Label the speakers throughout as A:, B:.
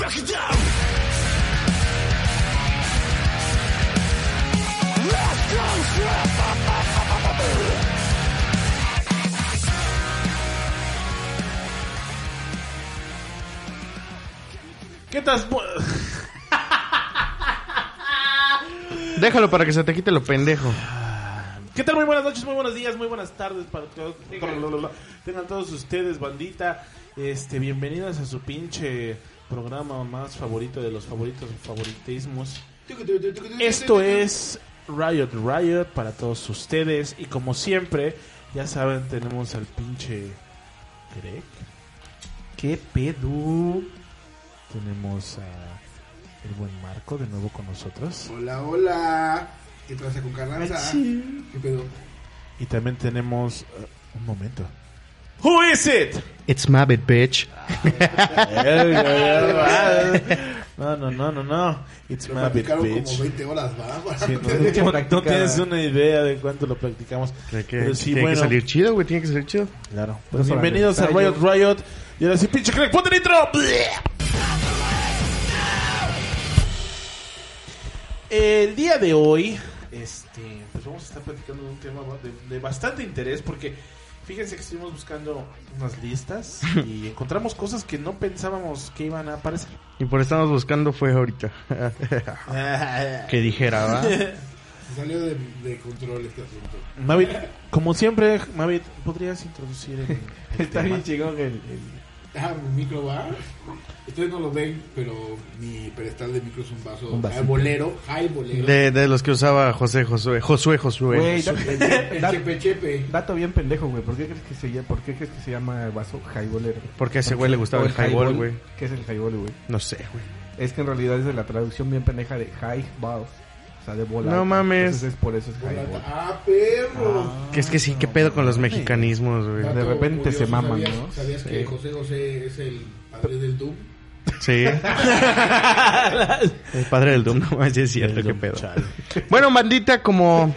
A: back it down. Let's go, strip.
B: ¿Qué estás?
C: Déjalo para que se te quite lo pendejo.
B: ¿Qué tal? Muy buenas noches, muy buenos días, muy buenas tardes para todos. Tengan todos ustedes, bandita. Este, bienvenidos a su pinche programa más favorito de los favoritos favoritismos. Esto es Riot Riot para todos ustedes. Y como siempre, ya saben, tenemos al pinche Greg. ¿Qué pedo? Tenemos a el buen Marco de nuevo con nosotros.
D: Hola, hola. ¿Qué traza con Carranza? ¿Qué pedo?
B: Y también tenemos. eh, un momento. ¿Who is it?
C: It's my bad bitch.
B: no, no, no, no, no. It's
D: Lo
B: my bit
D: practicaron como
B: bitch.
D: 20 horas, ¿va?
B: Sí, no, no, no, no tienes una idea de cuánto lo practicamos.
C: Tiene que,
B: Pero sí,
C: tiene que
B: bueno,
C: salir chido, güey. Tiene que salir chido.
B: Claro. Pues bienvenidos a Riot Riot. Y ahora sí, pinche crack, ponte nitro. El día de hoy, este, pues vamos a estar platicando de un tema de, de bastante interés porque fíjense que estuvimos buscando unas listas y encontramos cosas que no pensábamos que iban a aparecer.
C: Y por estarnos buscando fue ahorita. que dijera, ¿va?
D: Se salió de, de control este asunto.
B: Mavit, como siempre, Mavit, ¿podrías introducir el, el
E: Está
B: tema?
E: bien
C: Este,
E: chingón el, el-
D: Ah, mi micro va. Ustedes no lo ven, pero mi pedestal de micro es un vaso.
E: Un vasito.
D: Ah, bolero. Ay, bolero.
C: De, de los que usaba José Josué. Josué Josué.
E: Güey, da-
D: El
E: da-
D: chepe chepe.
E: dato bien pendejo, güey. ¿Por qué crees que se llama, por qué crees que se llama vaso highballero?
C: Porque a ese güey le gustaba
E: O
C: el highball,
E: highball,
C: güey.
E: ¿Qué es el highball, güey?
C: No sé, güey.
E: Es que en realidad es de la traducción bien pendeja de highball. O sea, de bola.
C: No
E: alta.
C: mames.
E: Entonces es por eso es highball.
D: Ah, perro.
C: Que es que sí, qué pedo con los mexicanismos, güey.
D: Dato
E: Ah, de repente se maman,
D: ¿sabías-
E: ¿no?
D: ¿Sabías que
E: Sí.
D: José José es el padre del Doom?
C: Sí. El padre del Doom, no más, sí es cierto, qué pedo. Bueno, bandita, como,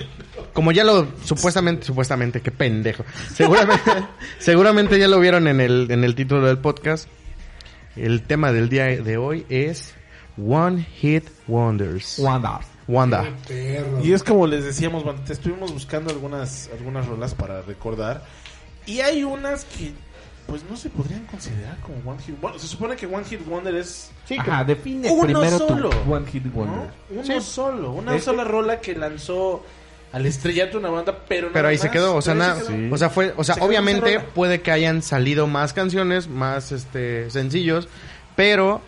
C: como ya lo supuestamente, supuestamente, qué pendejo. Seguramente, seguramente ya lo vieron en el, en el título del podcast. El tema del día de hoy es One Hit Wonders.
E: Wanda.
C: Wanda.
D: Qué perro.
B: Y es como les decíamos, bueno, te estuvimos buscando algunas, algunas rolas para recordar. Y hay unas que, pues no se podrían considerar como One Hit Wonder. Se supone que One Hit Wonder es
E: Ajá, define
B: uno
E: primero
B: solo.
E: tu one hit
B: ¿no?
E: wonder.
B: uno
C: Sí.
B: solo, una
E: Este-
B: sola rola que lanzó al estrellato una banda, pero
C: Pero
B: nada
C: ahí se
B: más.
C: quedó, o sea,
B: Pero ahí
C: nada,
B: se quedó. Pues,
C: o sea, fue, o sea,
B: Se quedó
C: obviamente
B: esa rola.
C: puede que hayan salido más canciones, más este sencillos, pero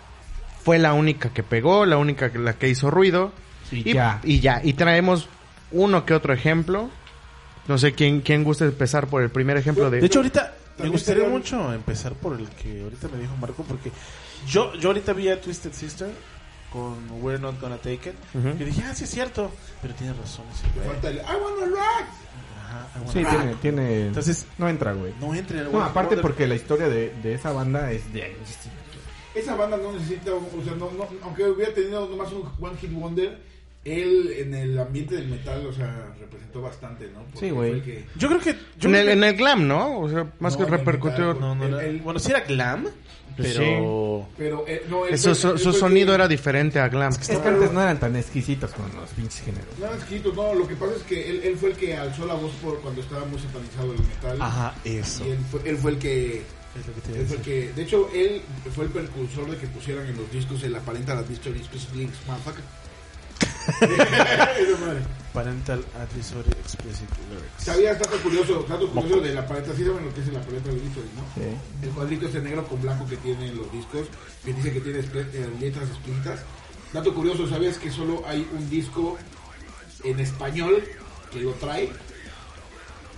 C: fue la única que pegó, la única que, la que hizo ruido
E: Y ya.
C: y ya, y traemos uno que otro ejemplo. No sé quién quién gusta empezar por el primer ejemplo de,
B: De hecho, ahorita me
D: También
B: gustaría
D: sería-
B: mucho empezar por el que ahorita me dijo Marco, porque yo, yo ahorita vi a Twisted Sister con We're Not Gonna Take It.
C: Ujú.
B: Y dije, ah, sí es cierto, pero tiene razón ese
D: Le
B: güey.
D: falta el I wanna rock.
B: Ajá, ah, bueno.
E: Sí, tiene, tiene.
B: Entonces-
E: no entra, güey.
B: No entre en el
E: No,
B: One
E: aparte
B: Hit Wonder.
E: porque la historia de, de esa banda es de
D: Esa banda no necesita, o sea, no, no, aunque hubiera tenido nomás un One Hit Wonder, él en el ambiente del metal, o sea, representó bastante, ¿no? Porque
E: Sí, güey.
D: fue el que-
B: Yo creo que. Yo
C: en
B: creo
C: el,
B: que-
C: en el glam, ¿no? O sea, más
D: No,
C: que
D: en el
C: repercutió.
D: metal,
B: No, no, no,
D: el- el-
B: bueno, sí era glam,
C: Pues
B: pero.
D: Pero eh, no, él
C: Su,
D: fue-
C: su-
D: él
C: su
D: fue el
C: sonido
D: que-
C: era diferente a glam.
E: Es que antes no eran tan exquisitos con los pinches géneros.
D: No, es que, no, lo que pasa es que él, él fue el que alzó la voz por cuando estaba muy satanizado el metal.
B: Ajá, eso.
D: Y él fue, él fue el que.
B: Es lo que te iba a
D: Él fue el
B: decir.
D: que, de hecho, él fue el precursor de que pusieran en los discos el aparenta las discos discos links, motherfucker. Esa madre.
B: Parental Advisory Explicit Lyrics.
D: Sabías, dato curioso, dato curioso de la paleta, sí saben lo que es la paleta de discos, ¿no? El cuadrito ese negro con blanco que tienen los discos, que dice que tiene esple- eh, letras explícitas. Dato curioso, ¿sabías que solo hay un disco en español que lo trae?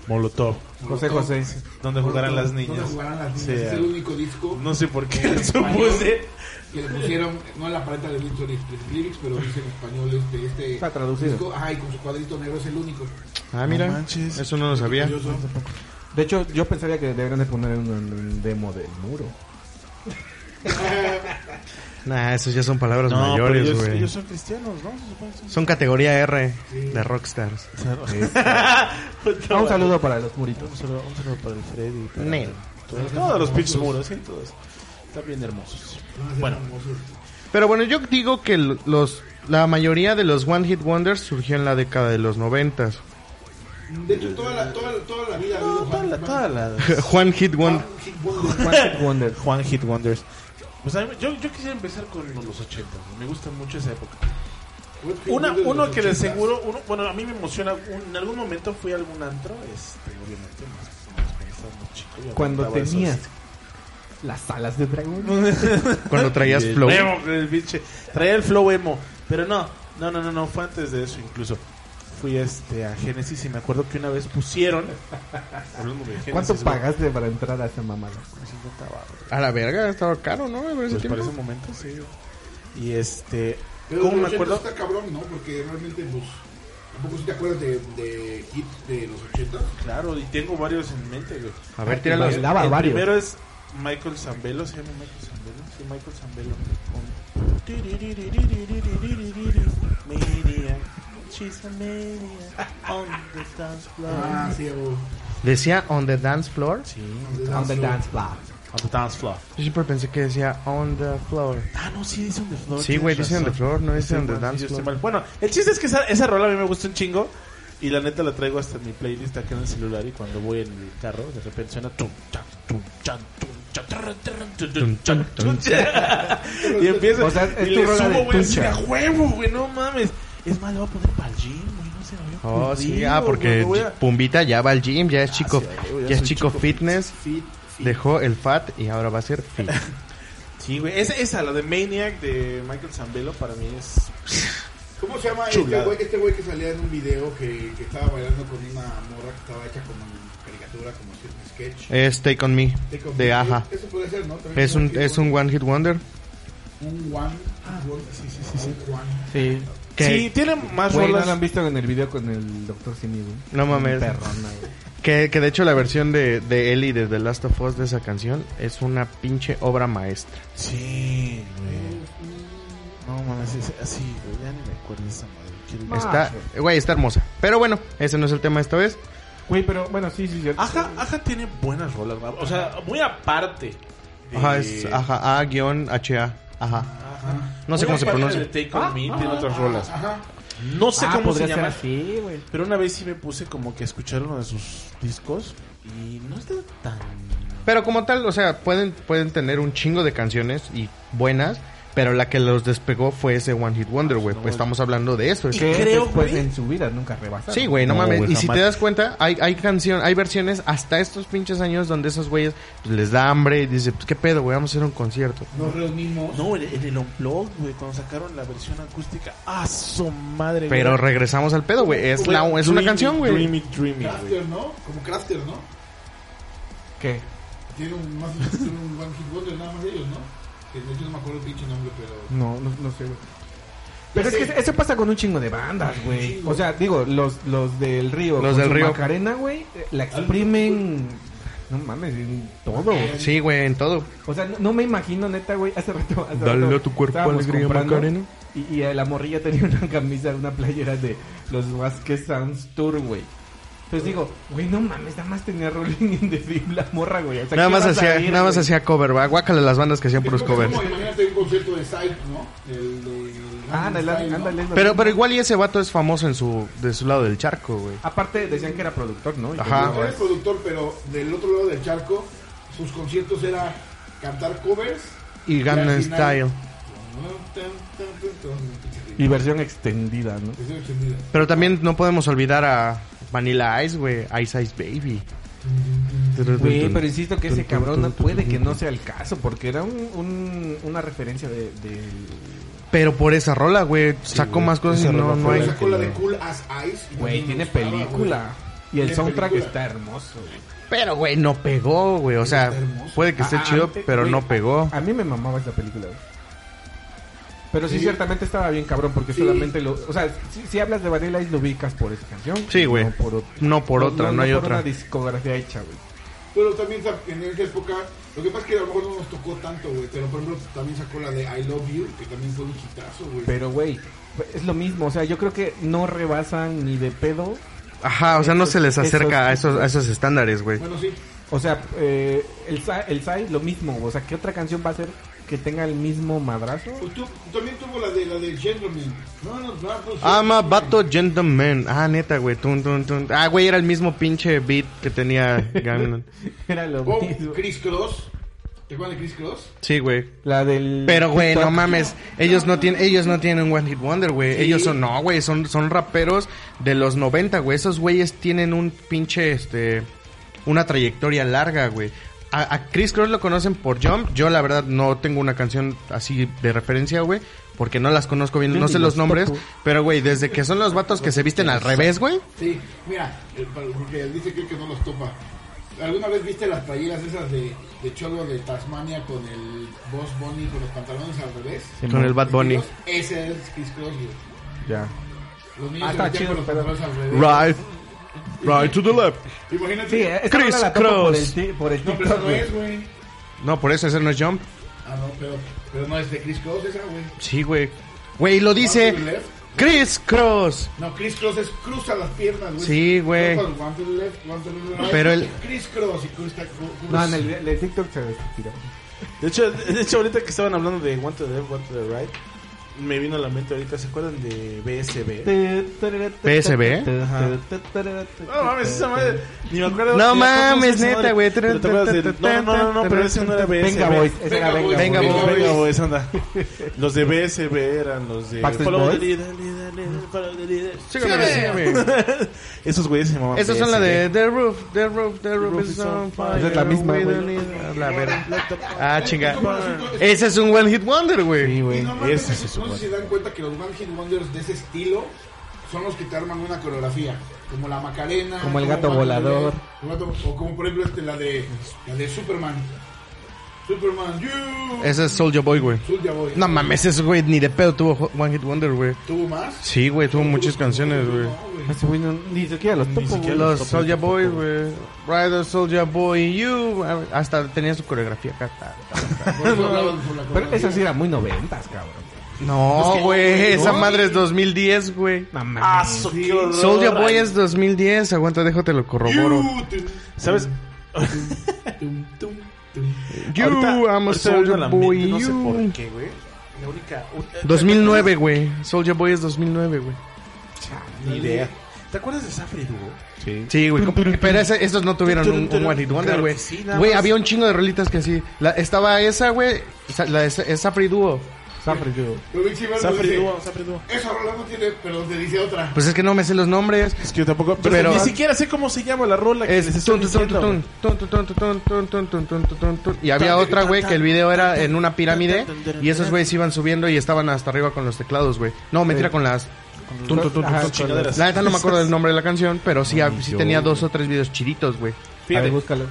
B: Molotov.
E: José José.
B: Donde jugarán las
D: Donde
B: niñas.
D: jugarán las niñas.
B: Sí,
D: es
B: ah.
D: el único disco
B: No sé por qué
D: En
B: lo supuse.
D: que le pusieron, no en la paleta de discos de lyrics, pero dice en español este, este
E: Está traducido.
D: disco. Ay, con su cuadrito negro es el único.
C: Ah, mira.
B: No manches.
C: eso no lo sabía.
D: Curioso.
E: De hecho, yo pensaría que deberían de poner un, un demo del muro.
C: Nah, esos ya son palabras
B: No, pero
C: mayores,
B: ellos,
C: güey.
B: ellos son cristianos, ¿no? Se supone que son-
C: Son categoría R de rockstars.
E: Ah, un saludo para los muritos.
B: Un saludo, un saludo para el Freddy. Para
C: Nel.
B: todos, todos los pinches muros, sí, todos. Están bien hermosos.
D: Van a ser
B: Bueno.
D: famosos.
C: Pero bueno, yo digo que los la mayoría de los One Hit Wonders surgió en la década de los noventas.
D: De hecho, toda la, toda, la- toda la vida ha habido
B: Toda
D: Juan-
B: la-
D: Juan-
B: toda la-
C: Juan Hit Wonder.
D: Juan Hit Wonder.
E: Wonder.
B: Juan Hit Wonders. Pues a mí- yo, yo quisiera empezar con los 80. Me gusta mucho esa época.
D: Juan Hit
B: Una,
D: Wonder
B: uno
D: los
B: que de
D: 80s.
B: seguro, uno, bueno, a mí me emociona. un- en algún momento fui a algún antro, este, obviamente, más, más cuando estábamos chicos, yo
E: Cuando
B: aguantaba esos-
E: tenías las alas de dragón.
C: Cuando traías
B: El
C: flow.
B: emo, el pinche- Traía el flow emo. Pero no, no, no, no, no, fue antes de eso incluso. Fui este, a Genesis y me acuerdo que una vez pusieron. hablando de Genesis,
E: ¿Cuánto
B: güey,
E: pagaste para entrar a esa mamada?
C: A la verga, estaba caro, ¿no? A ver, ese
B: Pues para
C: tiempo.
B: ese momento, sí. Y este.
D: Pero
B: ¿Cómo
D: los
B: me
D: 80
B: acuerdo?
D: Está cabrón, ¿no? Porque realmente, pues, tampoco si te acuerdas de, de hit de los 80.
B: Claro, y tengo varios en mente, güey.
C: A ver, tíralos.
E: Bailaba
B: el
E: varios.
B: primero es Michael Zambello, se llama Michael Zambello. Sí, Michael Zambello. Con... Maniac, she's a maniac on the dance floor.
D: Ah, sí, o...
C: Decía on the dance floor.
B: Sí,
E: On the dance floor.
B: on the dance floor.
C: Yo siempre pensé que decía on the floor.
B: Ah, no, sí dice on the floor.
C: Sí, güey,
B: tienes
C: dice on the
B: razón.
C: floor, no dice
B: Sí,
C: on the
B: bueno, sí, yo
C: dance
B: estoy
C: floor.
B: mal. Bueno, el chiste es que esa, esa rola a mí me gusta un chingo. Y la neta la traigo hasta en mi playlist acá en el celular. Y cuando voy en el carro, de repente suena. tum, chan, tum, chan, tum, chan, tarra, tarra, tum, tum, chan, tum, chan. Y empieza.
E: O sea, es
B: y
E: tu
B: le
E: rola de
B: subo, güey, así de
E: tuncha.
B: a huevo, güey, no mames. Es más, le voy a poner para el gym, güey, no se me había
C: Oh, sí,
B: ocurrido,
C: ah, porque
B: güey, voy a-
C: Pumbita ya va al gym, ya es
B: Ah,
C: chico,
B: sí, güey,
C: ya,
B: ya
C: es
B: soy
C: chico,
B: chico
C: fitness,
D: Fit, fit.
C: dejó el fat y ahora va a ser fit.
B: Sí, güey, esa, esa, la de Maniac de Michael Zambello, para mí es.
D: ¿Cómo se llama
B: Chulada.
D: este güey, este güey que salía en un video que, que estaba bailando con una morra que estaba hecha como caricatura, como si un sketch?
C: es Take On Me,
D: Take off.
C: Eh, de Aja.
D: Eso puede ser, ¿no? También
C: Es un,
D: Hit
C: es un one hit wonder.
D: Un one. Ah, sí, sí, sí. sí. One.
E: Sí.
C: Que,
B: Sí, tiene más
E: Güey, ¿no
B: rolas.
E: lo han visto en el video con el Dr. Simi, güey?
C: No mames.
E: Un Perrona, güey.
C: que, que de hecho la versión de, de Ellie de The Last of Us de esa canción es una pinche obra maestra.
B: Sí, güey. No mames, es así, güey. Ya ni me acuerdo de esa madre. Quiero ir.
C: Está, güey, está hermosa. Pero bueno, ese no es el tema esta vez.
E: Güey, pero bueno, sí, sí, cierto.
B: Aja, Aja tiene buenas rolas, güey. O sea, muy aparte. de-
C: Ajá, es ajá, A-H-A. Ajá.
B: Ajá.
C: No
B: Muy
C: sé cómo se
B: aparte
C: pronuncia.
B: de Take On Me, tiene otras rolas. No sé
E: Ah,
B: cómo se
E: podría ser
B: llama.
E: así, güey.
B: Pero una vez sí me puse como que a escuchar uno de sus discos. Y no está tan.
C: Pero como tal, o sea, pueden, pueden tener un chingo de canciones y buenas, pero la que los despegó fue ese One Hit Wonder, güey. Pues estamos hablando de eso.
B: Y
E: Que
B: creo,
E: después
B: güey.
E: en su vida nunca rebasaron.
C: Sí, güey, no,
B: No,
C: mames.
B: güey,
C: y si
B: jamás.
C: te das cuenta, hay, hay canción, hay versiones hasta estos pinches años donde esos güeyes pues, les da hambre y dice, pues qué pedo, güey, vamos a hacer un concierto.
D: Nos reunimos.
B: No, en, en el Unplugged, güey, cuando sacaron la versión acústica. ¡Ah, su madre, güey!
C: Pero regresamos al pedo, güey. Es,
B: Güey,
C: la- es una
B: Dreamy,
C: canción, güey.
B: Dreamy, dreamy, güey.
D: Crafter, ¿no? Como Crafter, ¿no?
E: ¿Qué?
D: Tiene un, más, tiene un One Hit Wonder, nada más de ellos, ¿no? Que de hecho no me acuerdo el pinche nombre, pero.
E: No, no, no sé, güey. Pero es que eso pasa con un chingo de bandas, güey. O sea, digo, los, los del río.
C: Los
E: con
C: del
E: su
C: Río.
E: Macarena, güey, eh, la exprimen. No mames, en todo.
C: Sí, güey, en todo.
E: O sea, no, no me imagino, neta, güey. Hace rato. hace
C: Dale
E: rato
C: a tu cuerpo
E: estábamos
C: alegría,
E: comprando
C: Macarena.
E: Y, y, eh, la morrilla tenía una camisa, una playera de los Vasquez Sounds Tour, güey. Entonces digo, güey, no mames, nada más tenía Rolling in the Deep la morra, güey. O sea,
C: Nada
E: ¿qué
C: más
E: vas a
C: hacía,
E: ir,
C: nada más
E: güey?
C: hacía cover, va. Guácala las bandas que hacían
D: Es
C: puros
D: como-
C: covers.
D: como imagínate un concierto de Psych, ¿no? El de.
E: Ah, ándale,
D: Gangnam Style, ¿no?
E: ándale. es lo
C: Pero,
E: mismo.
C: pero igual y ese vato es famoso en su, de su lado del charco, güey.
E: Aparte decían que era productor, ¿no? Y
C: Ajá.
E: que-
D: Yo era el productor, pero del otro lado del charco, sus conciertos era cantar covers.
C: Y
D: al
C: Gangnam
D: final-
C: Style.
E: Y versión extendida, ¿no?
D: Estoy ofendida.
C: Pero también no podemos olvidar a Vanilla Ice, güey. Ice Ice Baby.
E: Güey, pero insisto que ese cabrón no puede que no sea el caso, porque era un, un- una referencia de, de-
C: Pero por esa rola, güey, sacó
B: güey,
C: más cosas y
B: esa
C: no,
B: rola
C: no
B: fue
C: hay...
B: la
D: Sacó la de Cool as Ice. y
E: Güey,
D: no
E: tiene
D: me gustaba,
E: película. Y el
D: Tiene
E: soundtrack
D: película.
E: está hermoso, güey.
C: Pero, güey, no pegó, güey. O sea, puede que esté
E: Ah,
C: chido,
E: antes,
C: pero
E: güey,
C: no pegó.
E: A mí me mamaba esa película, güey. Pero sí,
D: Sí.
E: ciertamente estaba bien cabrón, porque
D: Sí.
E: solamente lo... O sea, si, si hablas de Vanilla Ice, lo ubicas por esa canción.
C: Sí, güey.
E: No por, ot-
C: No por otra, no, hay
E: por
C: otra.
E: una discografía hecha, güey.
D: güey. Pero también sa- en esa época, lo que pasa es que a lo mejor no nos tocó tanto, güey. Pero por ejemplo, también sacó la de I Love You, que también fue un hitazo, güey.
E: Pero, güey, es lo mismo. O sea, yo creo que no rebasan ni de pedo
C: Ajá, o sea, no se les
E: Esos-
C: acerca a esos, a esos estándares, güey.
D: Bueno, sí.
E: O sea, eh, el, Sai- el Sai lo mismo. O sea, ¿qué otra canción va a ser que tenga el mismo madrazo?
D: Pues tú- también tuvo la de la del Gentleman. No, no, no, pues, no,
C: I'm a bato gentleman. Ah, neta, güey. Tun, tun, tun. Ah, güey, era el mismo pinche beat que tenía Gamnon.
E: Era lo
D: O
E: mismo.
D: Oh, Chris Cross. ¿Te acuerdas de Chris Cross?
C: Sí, güey.
E: La del.
C: Pero, güey, no
E: TikTok.
C: mames. Ellos no tienen, ellos no tienen un One Hit Wonder, güey. Ellos son, no, güey, son, son raperos de los 90, güey. Esos güeyes tienen un pinche, este, una trayectoria larga, güey. A, a Chris Cross lo conocen por Jump. Yo, la verdad, no tengo una canción así de referencia, güey. Porque no las conozco bien,
E: Yo
C: no
E: ni
C: sé los
E: los
C: nombres.
E: topo.
C: Pero, güey, desde que son los vatos que se visten al revés, güey.
D: Sí, mira, el- para- porque dice que, que no los topa. ¿Alguna vez viste las playeras esas de, de Cholo de Tasmania con el Boss Bunny con los pantalones al revés?
C: Con el Bad Bunny.
D: Ese es Chris Cross, güey.
E: Ya.
D: Los niños se
E: Ah, está
D: metían
E: chido,
D: con los
E: pero-
D: pantalones al revés.
C: Right. Right to the left.
D: Imagínate.
E: Sí, eh, esa
C: Chris
E: rola la topo Por el,
C: Cross.
E: ti- por
D: No,
E: el
D: pero
E: TikTok,
D: esa no
E: güey.
D: es, pues. güey.
C: No, por eso ese no es Jump.
D: Ah, no, pero, pero no es de Chris Cross esa, güey. Ah,
C: Sí, güey. Güey, lo dice
D: One to the left.
C: Chris Cross.
D: No, Chris Cross es cruza las piernas, güey.
C: Sí, güey.
D: One to the left, one to the right.
C: Pero el-
D: Chris Cross y cruza... cru-
E: No, en el, en el TikTok se tiró.
B: De hecho, de hecho, ahorita que estaban hablando de Want to the Left, Want to the Right, me vino a la mente ahorita, ¿se acuerdan de BSB?
C: PSB.
B: No mames, esa madre, ni me acuerdo.
C: No
B: ni me acuerdo
C: mames,
B: esa madre.
C: neta, güey.
B: Pero te acuerdas del- No, no, no, no, pero ese no era BSB.
E: Venga, boys. Ese era
D: Venga,
E: Venga,
C: boys.
E: boys.
B: Venga, boys, anda. Los de BSB eran los de...
E: Backstreet
B: Follow the
E: Boys.
B: leader, leader, leader, follow the leader.
C: Sígueme, sígueme.
B: Esos güeyes se llamaban
C: Esas son la
B: BSB.
C: de The Roof, The Roof, The Roof is on fire.
E: Esa es la misma,
C: We
E: güey.
C: don't need- La verga.
B: Ah,
C: Ah, chinga. Ese es un One Hit Wonder, güey.
D: Y
E: güey.
D: no mames,
B: ese sí
D: no sé
B: es
D: si se dan cuenta que los One Hit Wonders de ese estilo son los que te arman una coreografía. Como la Macarena.
E: Como el gato
D: One Hit Wonder,
E: volador.
D: el gato- o como por ejemplo este, la, de, la de Superman. Superman, you.
C: Ese es Soldier Boy, güey.
D: Soulja Boy.
C: No mames, ese güey ni de pedo tuvo jo- One Hit Wonder, güey.
D: ¿Tuvo más?
C: Sí, güey, tuvo muchas canciones, güey.
D: No, güey.
E: Ese güey no- ni siquiera los topo,
B: siquiera
E: güey.
C: Los Soldier Boy, güey. Rider, Soldier Boy, You. Hasta tenía su coreografía acá. ta, ta.
D: Por eso hablaban por la
E: Pero
D: coreografía.
E: esa sí era muy noventas, cabrón.
C: No, güey. Esa madre es 2010, güey.
E: No mames.
B: so- Ah, qué horror.
C: Soldier Boy es 2010. Aguanta, déjate lo corroboro.
D: You, tum,
B: ¿Sabes?
D: tum, tum, tum.
C: You,
B: Ahorita-
C: I'm a
B: ahorita me vino a la
C: Soldier Boy.
B: mente, No sé
C: you.
B: por qué, güey. La única... eh,
C: 2009, güey. Soldier Boy es 2009, güey.
B: Ni idea. ¿Te acuerdas de Safri, güey?
E: Sí.
C: Sí, güey. como- Pero ese- esos no tuvieron un, un One Hit Wonder,
B: Claro
C: güey.
B: que sí, nada
C: Güey,
B: más.
C: había un chingo de rolitas que así. La- estaba esa, güey. esa- La de esa, esa Free Duo.
E: Siempre yo.
D: Pero Vic Sibardo
B: Safri
D: dice,
B: Duo, Safri Duo.
D: Esa rola no tiene, pero te dice otra.
C: Pues es que no me sé los nombres.
B: Es que yo tampoco. Pero, ah,
C: Pero-
B: ni siquiera sé cómo se llama la rola que les
C: Es
B: estoy
C: tun, tun,
B: diciendo.
C: tun, tun, tun, tun, tun, tun, tun, tun, tun, tun, tun, tun. Y había otra, güey, que el video era en una pirámide. Y esos güeyes iban subiendo y estaban hasta arriba con los teclados, güey. No, mentira, con las. tun, tun, tun, tun,
E: Ajá,
C: tun.
B: chingaderas.
C: La neta no me acuerdo del nombre de la canción, pero sí, sí tenía dos o tres videos chiditos, güey.
E: A
B: Fíjate,
E: ver, búscalo.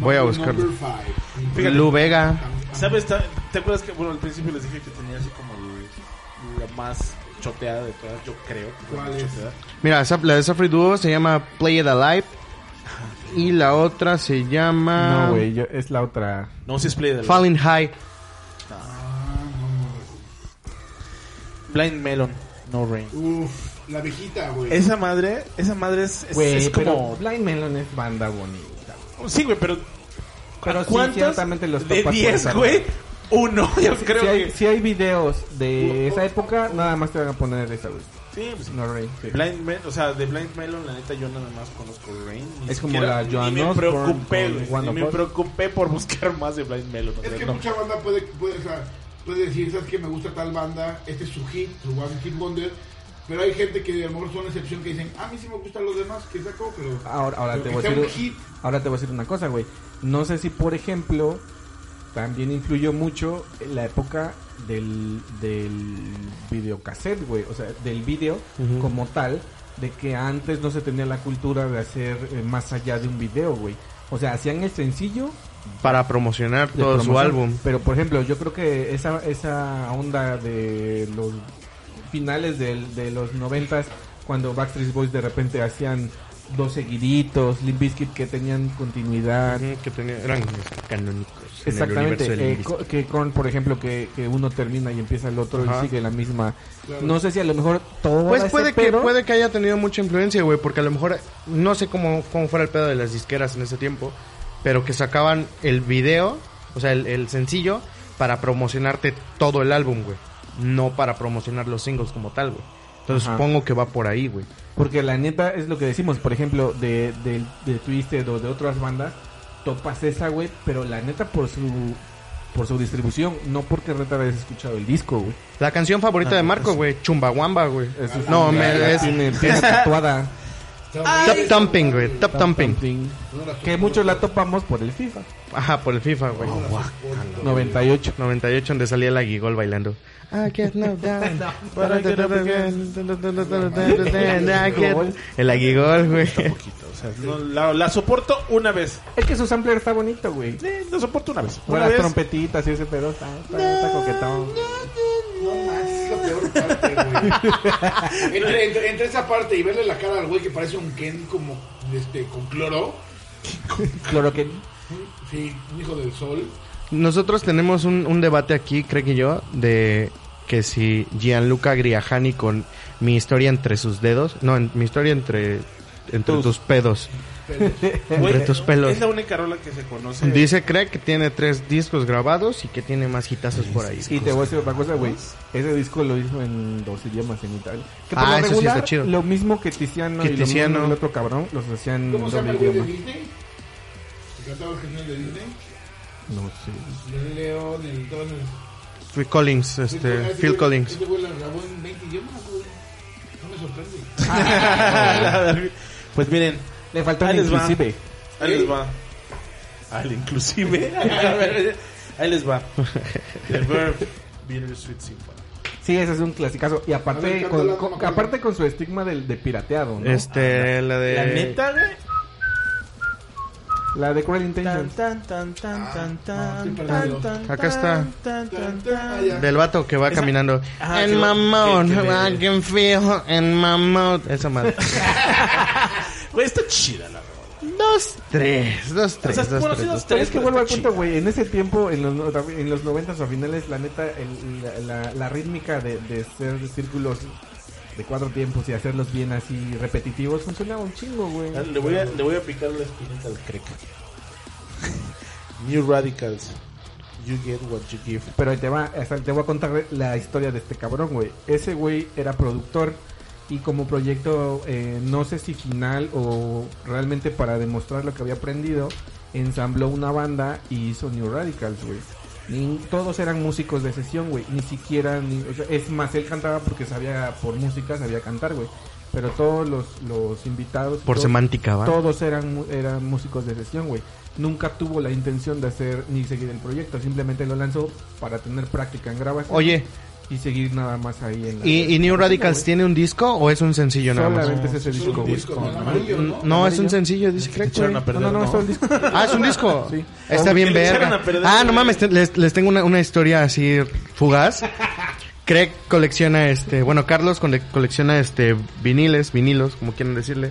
C: Voy a
D: Number
C: buscarlo.
D: five.
B: fíjate.
C: Lu Vega.
B: ¿Sabes? ta- ¿Te acuerdas que, bueno, al principio les dije que tenía así como el- la más choteada de todas? Yo creo que fue la
D: ¿Cuál
B: más
D: es?
B: choteada.
C: Mira, esa- la de Safri Duo se llama Play It Alive. Y la otra se llama
E: No, güey, yo- es la otra.
B: No, si es Play de la-
C: Falling High.
B: Blind Melon, No Rain.
D: Uf, la viejita, güey.
B: Esa madre, esa madre es, es,
E: Güey,
B: es
E: pero
B: como.
E: Blind Melon es banda bonita.
B: Sí, güey, pero.
E: Pero
B: ¿a
E: sí,
B: cuántos
E: ciertamente los
B: De
E: topas
B: 10,
E: por esa
B: güey. Uno, yo creo
E: si, hay,
B: que. Sí,
E: si hay videos de esa época, nada más te van a poner esa, güey.
B: pues,
E: No, Rey. sí.
B: Blind Melon, o sea, de Blind Melon, la neta, yo nada más conozco Rain. ni
E: Es como
B: siquiera-
E: la Joan
B: Ni me
E: Osborne
B: preocupé,
E: con
B: güey,
E: Wanda
B: ni me
E: Fox.
B: preocupé por buscar más de Blind Melon. o
D: Es
B: sea,
D: que
B: no.
D: mucha banda puede, puede, o sea, puede decir, ¿sabes qué? Me gusta tal banda, este es su hit, su One Hit Wonder. Pero hay gente que a lo mejor son la excepción que dicen, a mí sí me gustan los demás que saco, pero.
C: Ah.
E: Ahora, ahora,
D: pero
E: te
D: que
E: voy a
D: sea un
E: decir,
D: hit.
E: ahora te voy a decir una cosa, güey. No sé si, por ejemplo, también influyó mucho la época del, del videocassette, güey. O sea, del video como tal, de que antes no se tenía la cultura de hacer eh, más allá de un video, güey. O sea, hacían el sencillo
C: Para promocionar
E: de
C: todo su
E: promoción.
C: álbum.
E: Pero por ejemplo, yo creo que esa, esa onda de los finales del- de los noventas, cuando Backstreet Boys de repente hacían dos seguiditos, Limp Bizkit que tenían continuidad.
C: Ujú, Ah, Que tenía- eran canónicos. en el universo del
E: Exactamente, eh,
C: indie.
E: co- que con, por ejemplo, que, que uno termina y empieza el otro
C: Ajá.
E: y sigue la misma.
D: Claro.
E: No sé si a lo mejor todo.
C: Pues puede que, puede que haya tenido mucha influencia, güey, porque a lo mejor no sé cómo, cómo fuera el pedo de las disqueras en ese tiempo, pero que sacaban el video, o sea, el, el sencillo, para promocionarte todo el álbum, güey. No para promocionar los singles como tal, güey. Entonces
E: Ajá.
C: supongo que va por ahí, güey.
E: Porque la neta es lo que decimos, por ejemplo, de, de, de Twisted o de otras bandas, topas esa, güey, pero la neta por su por su distribución, no porque reta hayas escuchado el disco, güey.
C: La canción favorita
B: Ah,
C: de Marco,
B: pues-
C: güey, Chumbawamba, güey.
E: Eso es-
C: Ah, No,
E: la-
C: me-
E: la
C: es-
E: tiene, tiene tatuada.
C: Top Thumping, güey. Top Thumping.
E: Something. Que muchos la topamos por el FIFA.
C: Ajá, por el FIFA,
E: Oh,
C: güey.
E: 98.
C: 98 donde salía la Gigol bailando. I get no down, but I get up again. I get- El Aguigol, güey.
B: Poquito, o sea, no, la, la soporto una vez.
E: Es que su sampler está bonito, güey.
B: Eh, la soporto una vez.
E: Con
B: Una
E: las
B: vez.
E: trompetitas y ese pedo está, está- está coquetón.
D: No más, es la peor parte, güey. Entre, entre- entre esa parte y verle la cara al güey que parece un Ken como este con cloro.
E: Claro que
D: Sí, un hijo del sol.
C: Nosotros tenemos un, un debate aquí, Craig y yo, de que si Gianluca Griajani con mi historia entre sus dedos, no, en- mi historia entre entre tus,
E: Tus.
C: pedos.
B: Güey,
C: Entre tus pelos.
B: Es la única rola que se conoce.
C: Dice Craig que tiene tres discos grabados y que tiene más hitazos por ahí.
E: Y te voy a decir otra cosa, güey. Ese disco lo hizo en dos idiomas en Italia. Que por
C: Ah,
E: lo
C: eso sí
E: regular,
C: está chido.
E: Lo mismo que Tiziano,
C: Que
E: y lo mismo
C: Tiziano.
E: el otro cabrón los hacían
C: Mm,
E: en
D: ¿Cómo
E: dos
D: se llama el güey de
E: idiomas.
D: Disney? ¿Se cantaba las canciones de Disney?
E: No sé.
D: Yo leo del todo el-
C: Phil Collins, este,
D: Ese
C: Phil
D: güey-
C: Collins.
D: ese güey la grabó en 20 idiomas, güey. No me sorprende.
B: pues miren,
E: Le faltó
B: Ahí
E: el
B: les va.
E: inclusive.
B: ahí les va. Al inclusive. A ver, ahí les va. The Verb, Bittersweet Symphony.
E: Sí, ese es un clasicazo. Y aparte,
D: A ver,
E: con,
D: cántala,
E: con-
D: cántala.
E: aparte con su estigma del- de, pirateado, ¿no?
C: Este, la de
E: Eh,
B: La neta, güey.
E: La de Cruel Intentions.
B: tan tan tan tan
D: estoy
B: tan
D: perdido.
B: tan,
C: Acá está.
B: tan, tan,
D: Ah,
B: tan.
D: ya.
C: Del vato que va
B: Esa-
C: caminando.
B: Ajá,
C: en
B: que va-
C: my mouth,
B: que- que le-
C: I can feel in my mouth. Esa madre.
B: Güey, está chida la rola.
C: dos, tres, dos, tres,
B: sea,
C: dos,
B: bueno,
C: tres,
B: sí,
C: dos,
B: dos,
E: Pero es que
B: Pero
E: vuelvo al
B: está
E: punto,
B: chida.
E: güey. En ese tiempo, en los, no- en los 90 a finales, la neta, el- la, la- la rítmica de, de hacer círculos de cuatro tiempos y hacerlos bien así repetitivos funcionaba un chingo, güey.
B: Le voy a, le voy a picar la espinita al crack. New Radicals. You get what you give.
E: Pero ahí te, va, hasta te voy a contar la historia de este cabrón, güey. Ese güey era productor y como proyecto, eh, no sé si final o realmente para demostrar lo que había aprendido, ensambló una banda y hizo New Radicals, güey. Ni- Todos eran músicos de sesión, güey. Ni siquiera... ni- o sea, es más, él cantaba porque sabía, por música, sabía cantar, güey. Pero todos los, los invitados... y
C: Por
E: todo-
C: semántica, va.
E: todos eran, mu- eran músicos de sesión, güey. Nunca tuvo la intención de hacer ni seguir el proyecto, simplemente lo lanzó para tener práctica en grabación
C: Oye,
E: y seguir nada más ahí en la... Pues
C: ¿y, y New Radicals tiene un disco o es un sencillo nada más?
E: Solamente es ese
D: Solo
E: disco,
D: un
E: güey.
D: disco, ¿no? amarillo, ¿no?
C: No, es un sencillo, dice Craig.
B: echaron
C: güey.
B: a perder,
E: no, no, no,
B: ¿no?
E: solo el disco.
C: Ah, es un disco.
E: Sí.
C: Está bien
B: le echaron
C: verga.
B: a perder,
C: Ah, no
B: güey.
C: mames, te- les, les tengo una, una historia así fugaz. Craig colecciona este, bueno, Carlos cole- colecciona este viniles, vinilos, como quieran decirle.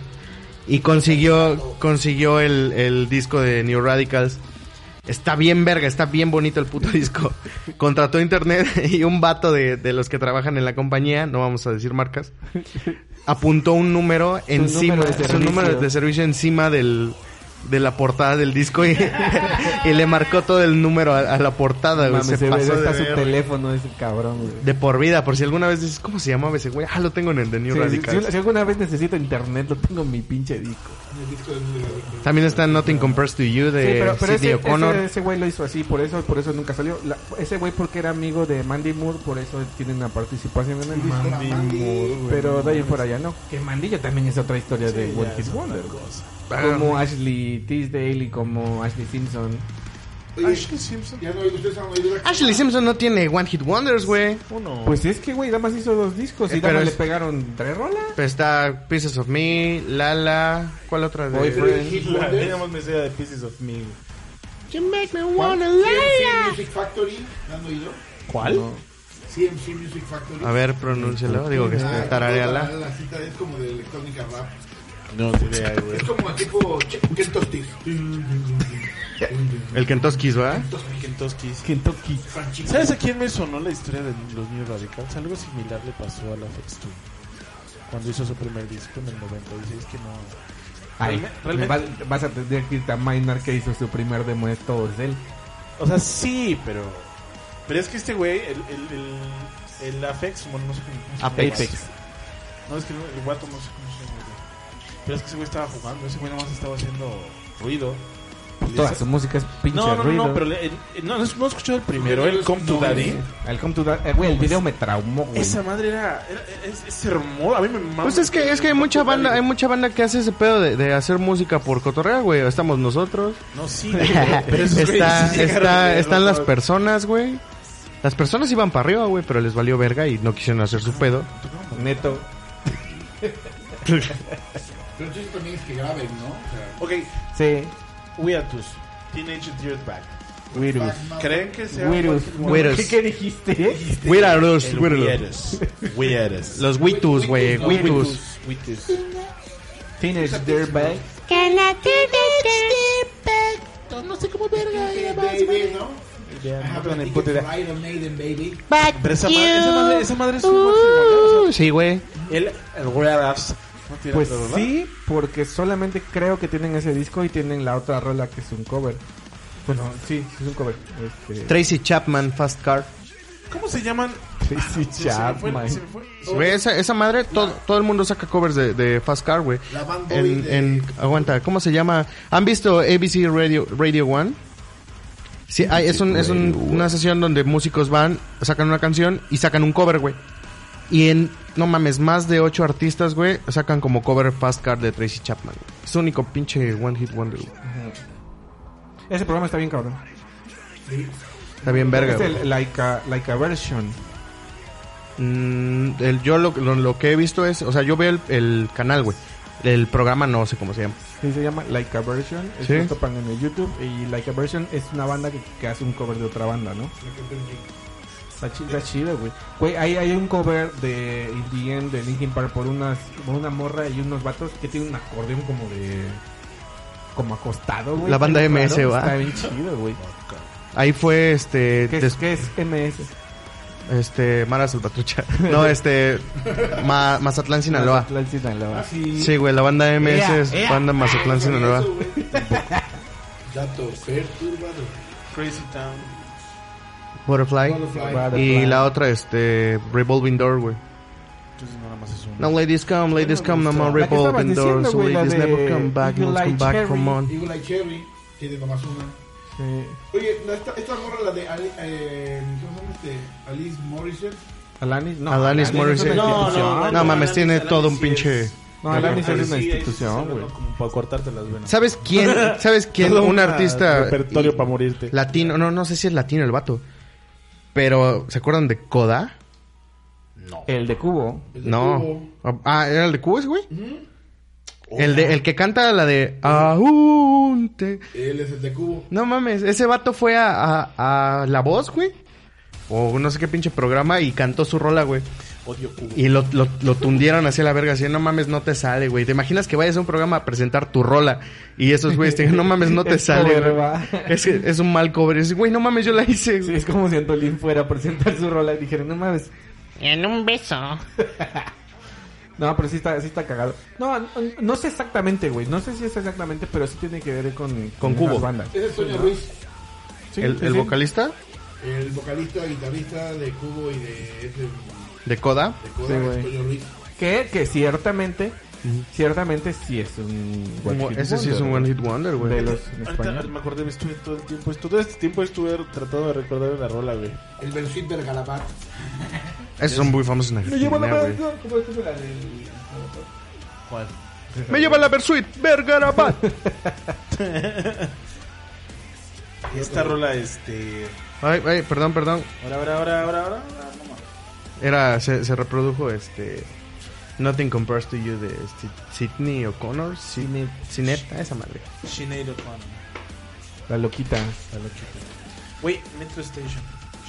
C: Y consiguió, consiguió el, el disco de New Radicals. Está bien verga, está bien bonito el puto disco. Contrató internet y un vato de, de los que trabajan en la compañía, no vamos a decir marcas, apuntó un número encima,
E: número de
C: su número
E: servicio.
C: de servicio encima del, de la portada del disco y, y le marcó todo el número a, a la portada, güey.
E: Mames,
C: Se
E: se ve,
C: pasó de,
E: está su
C: verga.
E: teléfono ese cabrón, güey.
C: De por vida, por si alguna vez dices, ¿cómo se llamaba ese güey? Ah, lo tengo en el de New
E: Sí,
C: Radicals.
E: si, si alguna vez necesito internet, lo tengo en mi pinche disco.
D: El disco de New Radicals.
C: También está Nothing Compares to You de
E: Sí, pero, pero
C: Sidney
E: ese,
C: O'Connor.
E: ese- ese güey lo hizo así, por eso, por eso nunca salió. La- ese güey porque era amigo de Mandy Moore, por eso tiene una participación en el disco. Pero de ahí por allá no. Que Mandillo también es otra historia de One Hit Wonder. güey. Como Ashley Tisdale y como Ashley Simpson.
D: Oye, Ya no, ustedes han oído la-
C: Ashley Simpson no tiene One Hit Wonders, güey.
B: Uno.
E: Pues es que, güey, Damas hizo dos discos
C: Eh,
E: y
C: pero
E: Damas
C: es-
E: le pegaron tres rolas.
C: Pero está Pieces of Me, Lala. ¿Cuál otra de?
E: Boyfriend.
D: Pero el Hit
B: la,
D: Wonder,
B: digamos, me sea de Pieces of Me.
C: You make me wanna
D: CMC Music Factory, ¿la han oído?
B: ¿Cuál?
D: CMC Music Factory.
C: A ver, pronúncialo. Digo que
D: Ah,
C: está tarareala.
D: la cita es como de electrónica rap.
B: No, no idea, güey.
D: Es como a tipo Che- Kentos Tiff.
C: El Kentoskis, ¿va?
B: Kentucky's.
E: Kentucky.
B: ¿Sabes a quién me sonó la historia de los New Radicals? Algo similar le pasó a la Fextu. Cuando hizo su primer disco en el 96, que no.
E: Ay,
B: Realmente-
E: me va- vas a tener que irte a Maynard que hizo su primer demo, es todo es él.
B: O sea, sí, pero. Pero es que este güey, el, el, el, el Apex, bueno, no sé cómo, cómo se llama.
C: Apex.
B: No, es que el guato no sé cómo se llama. güey. Pero es que ese güey estaba jugando, ese güey nomás estaba haciendo ruido. Y
C: Pues
B: le
E: Toda
B: hizo-
E: su música es pinche
B: no, no, no,
E: ruido.
B: no, pero le- el- el- no, no, no he escuchado el primero, el Come to
D: No,
B: Daddy.
E: El Come to Dad- eh, güey, el video me traumó, güey.
B: Pues, Esa madre era, era- es, es hermoso, a mí me mama.
C: Pues es que, es que hay
B: el
C: mucha
B: Come to
C: banda, hay
B: Daddy.
C: mucha banda que hace ese pedo de, de hacer música por cotorrea, güey. Estamos nosotros.
B: No, sí, güey, pero esos güeyes
C: Está-
B: sí llegaron
C: está-
B: de-
C: están las
B: ¿Tú
C: personas, güey. Las personas iban para arriba, güey, pero les valió verga y no quisieron hacer su pedo.
B: cómo?
E: Neto.
D: Pero entonces también es que graben, ¿no? O sea,
B: Ok,
E: Sí.
B: Weatus, Teenage Dirtbag.
E: Virus.
D: Batman-
B: ¿Creen que sea
E: Virus.
C: Weirdos.
E: ¿Qué, qué dijiste?
C: Weirdos,
B: El
C: weirdos.
B: Weirdos. Weirdos.
C: Los Witus, güey.
D: Los
C: Witus.
B: Weirdos.
E: Teenage Dirtbag.
A: Can I do that?
B: No sé cómo verga
D: Baby, ¿no?
B: No
D: Ajá,
B: tengo ni
D: pero
B: puta idea.
D: Iron Maiden, baby.
A: But
B: Pero esa
A: you.
B: madre, esa madre, esa madre es un
C: Uh, sí, güey.
B: El, el Weirdos. No tiene
E: Pues
B: otro, ¿verdad?
E: sí, porque solamente creo que tienen ese disco y tienen la otra rola que es un cover. Bueno, sí, sí es un cover. Este,
C: Tracy Chapman, Fast Car.
B: ¿Cómo se llaman?
E: Tracy Chapman.
B: Se me fue, se me fue.
C: Güey, esa, esa madre, todo, todo el mundo saca covers de, de Fast Car, güey.
D: La Band Boy
C: En,
D: de-
C: en- aguanta, ¿cómo se llama? ¿Han visto ABC Radio, Radio One? Sí, hay- es, un- es un- una sesión donde músicos van, sacan una canción y sacan un cover, güey. Y en, no mames, más de ocho artistas, güey, sacan como cover Fast Car de Tracy Chapman. Es su único pinche One Hit Wonder, güey.
E: ese programa está bien cabrón.
C: Está bien verga,
E: es
C: güey.
E: el Laika, Laika Version.
C: Mm, el, yo lo, lo- lo que he visto es, o sea, yo veo el, el canal, güey. El programa no sé cómo se llama.
E: Sí, se llama Laika Version. Es
C: Sí.
E: lo topan en el YouTube. Y Laika Version es una banda que, que hace un cover de otra banda, ¿no? Está chido, está chido, güey. Güey, hay, hay un cover de In the End de Linkin Park por unas por una morra y unos vatos que tiene un acordeón como de como acostado, güey.
C: La banda
E: Qué
C: MS,
E: raro,
C: ¿va?
E: Está bien chido, güey.
C: Ahí fue este.
E: ¿Qué, es,
C: des-
E: ¿Qué es MS?
C: Este. Mara Salvatrucha. No, este. Ma- Mazatlán, Sinaloa.
E: La Sinaloa.
D: Así.
C: Sí, güey, la banda MS
E: Ea,
C: es
E: ea.
C: banda Mazatlán, Sinaloa.
D: Dato perturbador.
B: Crazy Town.
C: Butterfly.
D: Butterfly.
E: Butterfly.
C: Y la otra, este. Revolving Door, güey.
B: Entonces nada más es un.
C: No, ladies come, ladies come, no more
E: La que estabas
C: revolving doors.
E: diciendo, güey, la
C: ladies
E: de
C: never come back,
E: You
C: must come
E: Like
C: back,
E: Cherry.
C: come on.
D: Eagle Eye Cherry. Tiene nomás una.
E: Sí.
D: Oye, la- esta, esta morra, la de Ali- eh, ¿cómo se llama este? Alice Morrison.
E: Alanis, no.
C: Alanis Morissette.
E: es una
C: No,
E: institución.
C: no, mames, tiene todo un pinche-
E: No, Alanis es una
B: Sí, ahí sí
E: institución,
B: está
E: güey.
B: Como para cortarte las venas.
C: ¿Sabes quién? ¿Sabes quién?
B: Todo
C: Un
B: una-
C: artista.
B: Repertorio
C: y-
B: para morirte.
C: Latino, no, no sé si es latino el vato. Pero, ¿se acuerdan de Koda?
E: El de Cubo.
D: El de
C: No.
D: Cubo.
C: Ah, ¿era el de Cuba ese güey? El, de, el que canta la de Aún te...
D: Él es el de Cubo.
C: No mames, ese vato fue a, a- a La Voz, güey. O no sé qué pinche programa y cantó su rola, güey.
B: Odio Cuba.
C: Y lo, lo, lo tundieron hacia la verga, así, no mames, no te sale, güey. ¿Te imaginas que vayas a un programa a presentar tu rola? Y esos güeyes te digan, no mames, no te
E: Es
C: sale,
E: cover,
C: güey.
E: va.
C: Es, es un mal cover. Y dices, güey, no mames, yo la hice.
E: Sí,
C: güey.
E: es como si Antolín fuera a presentar su rola y dijeron, no mames.
A: En un beso.
E: No, pero sí está, sí está cagado. No, no, no sé exactamente, güey. No sé si es exactamente, pero sí tiene que ver con...
C: Con
E: esas
C: Cubo.
E: bandas.
D: Ese es Sonia Ruiz.
E: Sí,
C: el
E: sí,
C: el
E: sí.
C: vocalista
D: El vocalista, guitarrista de Cubo y de ese de
C: de Coda.
D: Coda,
E: Sí,
D: es
E: güey.
D: Toño Ruiz.
E: Que, que ciertamente, ciertamente sí es un... one hit
C: Ese sí es un one
E: wonder,
C: hit wonder,
E: De
C: güey.
E: los en
B: Ahorita
E: español.
B: me acordé, me estuve todo el tiempo, todo este tiempo estuve tratando de recordar la rola, güey.
D: El Bersuit Bergalabat.
C: Esos son muy famosos en
E: Me llevo la
C: Argentina, güey.
E: verdad, ¿cómo es que se la del-
B: ¿Cuál?
C: Me lleva la Versuit, Vergarabat.
B: Y esta rola, este.
C: Ay, ay, perdón, perdón.
B: Ahora, ahora, ahora, ahora, ahora. ahora, no más.
C: Era, se, se reprodujo este. Nothing compares to you de Sid- Sidney O'Connor. Sidney. Sineta, esa madre.
B: Sinead O'Connor.
E: La loquita.
B: La loquita. Güey, Metro Station.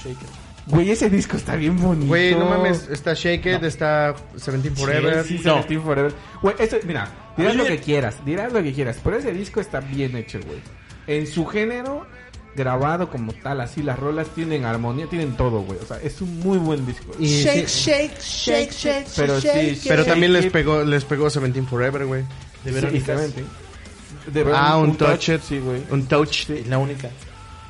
B: Shake it.
E: Güey, ese disco está bien bonito.
C: Güey, no mames, está Shake It, está Seventeen Forever.
E: Sí, sí,
B: No.
E: Seventeen Forever. Güey, ese- mira, dirás
B: A mí
E: lo
B: me-
E: que quieras, dirás lo que quieras, pero ese disco está bien hecho, güey. En su género, grabado como tal, así las rolas tienen armonía, tienen todo, güey. O sea, es un muy buen disco.
C: Y sí-
A: shake, shake, shake,
E: Pero sí,
C: pero
E: Shake
C: también les
E: It,
C: pegó, les pegó Seventeen Forever, güey.
B: De
E: sí,
B: Verónica.
E: exactamente. De
C: Ah,
E: Verónica,
C: un touch, it.
E: sí, güey.
C: Un touch.
B: la única.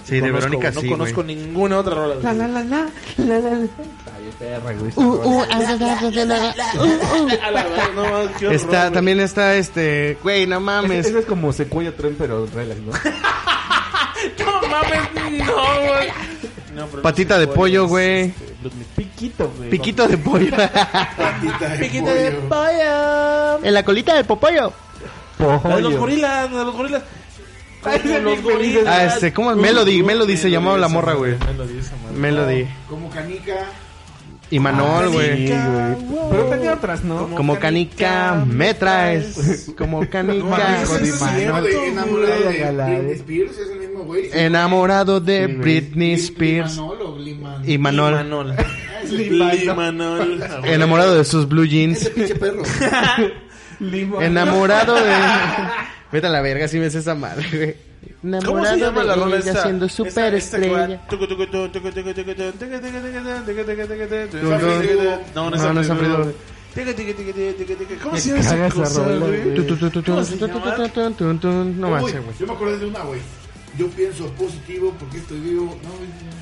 C: Sí, de
B: Conozco-
C: Verónica
B: No
C: sí,
B: conozco
C: güey.
B: ninguna otra rola.
C: La, la, la, la, la, la, la.
E: Ay, perra, güey.
C: Uh, uh, ah, la, la, la, la, la, uh, uh.
B: A la verdad, no, mames, qué horror,
C: Está,
B: güey.
C: también está este... Güey, no mames.
E: Eso es como secuoya tren, pero relax, ¿no?
B: No mames, no, güey. No, pero
C: Patita
B: no sé
C: de
B: cuál
C: pollo,
B: es,
C: güey.
B: este, Britney. Piquito, güey.
C: Piquito de pollo.
D: Patita de
B: Piquito de
D: pollo.
B: pollo.
C: en la colita del popollo.
B: La de los
E: Pollo.
B: gorilas, la de los gorilas. Como
E: Ay, ese
B: los Uh,
E: bien feliz,
C: Ah, este, ¿cómo? Melody, Melody se llamaba la morra, güey.
B: Melody, esa madre.
C: Melody.
D: Como canica.
C: Y Manol,
E: Sí,
C: güey.
E: güey. Pero tenía otras, ¿no?
C: Ah, Como canica, me traes. Como canica.
E: mames,
D: Ese es
E: Manolo,
D: cierto,
B: güey.
D: enamorado de
E: Galán.
D: Britney Spears, es el mismo güey.
C: Enamorado de
E: Sí, güey.
C: Britney
D: Lim-
C: Spears.
D: Limanol o Liman.
C: Y Manol.
B: Manol.
D: Ah, ese pinche-
B: Limanol.
C: Enamorado de sus blue
D: Ese
C: jeans.
D: pinche perro.
E: Limo.
C: Enamorado de... Vete a la verga si ves esa madre, güey.
B: ¿Cómo se llama la rola esta?
C: siendo
B: Esta- esta
C: superestrella.
B: que va- tucu, tucu, tu, tucu, tucu, tucu, tu, tucu, tucu, tucu, tucu, tucu, tucu, tucu.
C: Dun, dun.
B: No, no
C: No, no
B: es
C: es
B: San Pedro.
C: San Pedro.
B: Tucu, tucu, tucu, tucu, tucu, tucu. ¿Cómo
E: Me
B: se llama esa
E: caga esa
B: cosa,
E: rola,
B: güey?
E: güey.
C: Tu, tu, tu, tu, tu,
B: ¿Cómo se
C: tu, tu,
B: llama?
C: tu, tu, tu, tu, No más,
D: Uy,
C: güey.
D: Yo me acordé de una, güey. Yo pienso positivo porque estoy vivo. No, güey.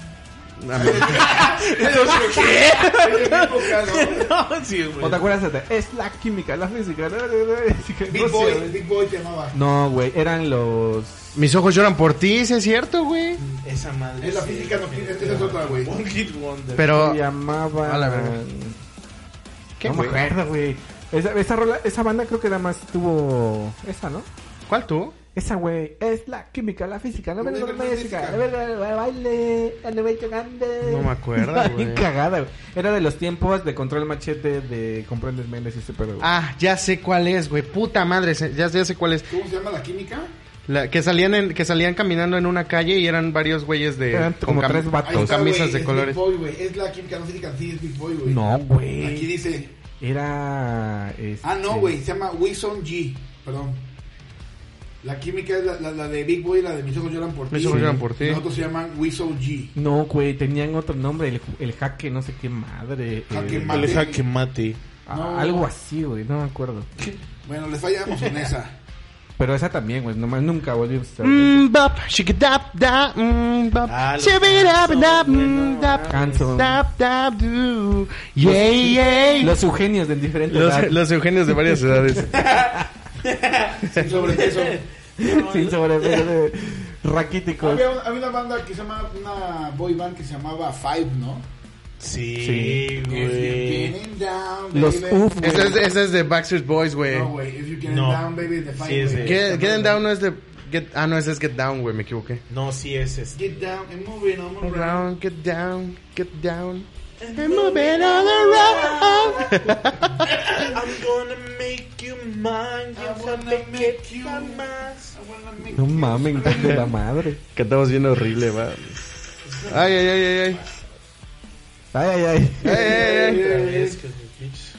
C: A ver.
D: En mi época, ¿no?
B: No, sí, güey.
E: ¿O te acuerdas? de- Es la química, la física. la- la- la- la-
D: Big Boy, Big Boy te llamaba.
E: No, güey, eran los...
C: Mis ojos lloran por ti, ¿sí es cierto, güey.
B: Esa madre.
D: Es la
B: sí.
D: física, no, esa es otra, güey.
B: One Hit Wonder.
C: Pero...
E: Se
C: A la
E: llamaban...
C: verga. ¿Qué,
E: No me
C: güey?
E: acuerdo, güey. Esa, esa rola, esa banda creo que nada más tuvo... Esa, ¿no?
C: ¿Cuál tú?
E: Esa, güey, es la química, la física, la verga, la
D: Química,
E: física,
D: física.
E: la verga, el baile, el baile grande.
C: No me acuerdo,
E: Ay,
C: güey.
E: cagada, güey. Era de los tiempos de Control Machete, de Comprendes Méndez y ese pedo, güey.
C: Ah, ya sé cuál es, güey. Puta madre, se- ya, ya sé cuál es.
D: ¿Cómo se llama la química?
C: La, que salían en- que salían caminando en una calle y eran varios güeyes de
E: Eran como
C: cam-
E: tres vatos.
D: Ahí
C: con
D: está,
C: camisas
D: güey,
C: de
D: es
C: colores.
D: Big Boy, güey. Es la química, no física, sí, es Big Boy, güey.
E: No,
D: Aquí
E: güey.
D: dice.
E: Era... este,
D: Ah, no, güey. Se llama Wilson G. Perdón. La química es la, la- la de Big Boy, la de mis ojos lloran por ti.
C: Mis ojos lloran por ti.
D: Los otros se llaman Wilson G.
E: No, güey, tenían otro nombre, el, el jaque, no sé qué madre.
D: Jaque
E: eh,
D: mate.
B: El jaque mate.
E: ah,
D: No.
E: Algo así, güey, no me acuerdo.
D: Bueno, les fallamos con esa.
E: Pero esa también, güey, nomás nunca volvimos a estar.
C: Mm, bop, shikidap, da, mm, bop,
B: Ah, los
C: shibidap,
B: Hanson,
C: dap,
B: güey,
C: mm,
B: no
C: dap,
E: Hanson.
C: dap, dap, du. Yeah, yeah.
E: Los Eugenios de diferentes edad.
C: Los, los Eugenios de varias edades.
D: Sin sobrepeso.
E: Sin sobrepeso de-
C: Ah,
E: raquíticos.
D: había, había una banda que se llamaba, una boy band que se llamaba Five, ¿no?
B: Sí,
D: If you
B: güey.
D: getting down, baby.
E: Los UF, güey.
C: Esa Este es, esa es de Backstreet Boys, güey.
D: No, güey. If you getting
B: No.
D: down, baby, the Five.
B: Sí, es
D: güey.
B: de-
C: Get, Getting Down no es de... Get, ah, no, ese es Get Down, güey, me equivoqué.
B: No, sí es este.
D: Get down and move it on, move it on.
C: Round, get down, get down. And moving all around.
B: I'm gonna make you mine.
D: I
B: Yo
D: wanna
B: sabe que
D: make
B: te
D: you mine.
B: amas.
D: I wanna make
E: No
D: you-
E: mames, me encanta la madre.
C: Cantamos bien horrible, va. Ay, ay, ay, ay, ay.
E: Ay, ay, ay.
C: Ay, ay, ay, ay.
B: Otra vez, que me pinches.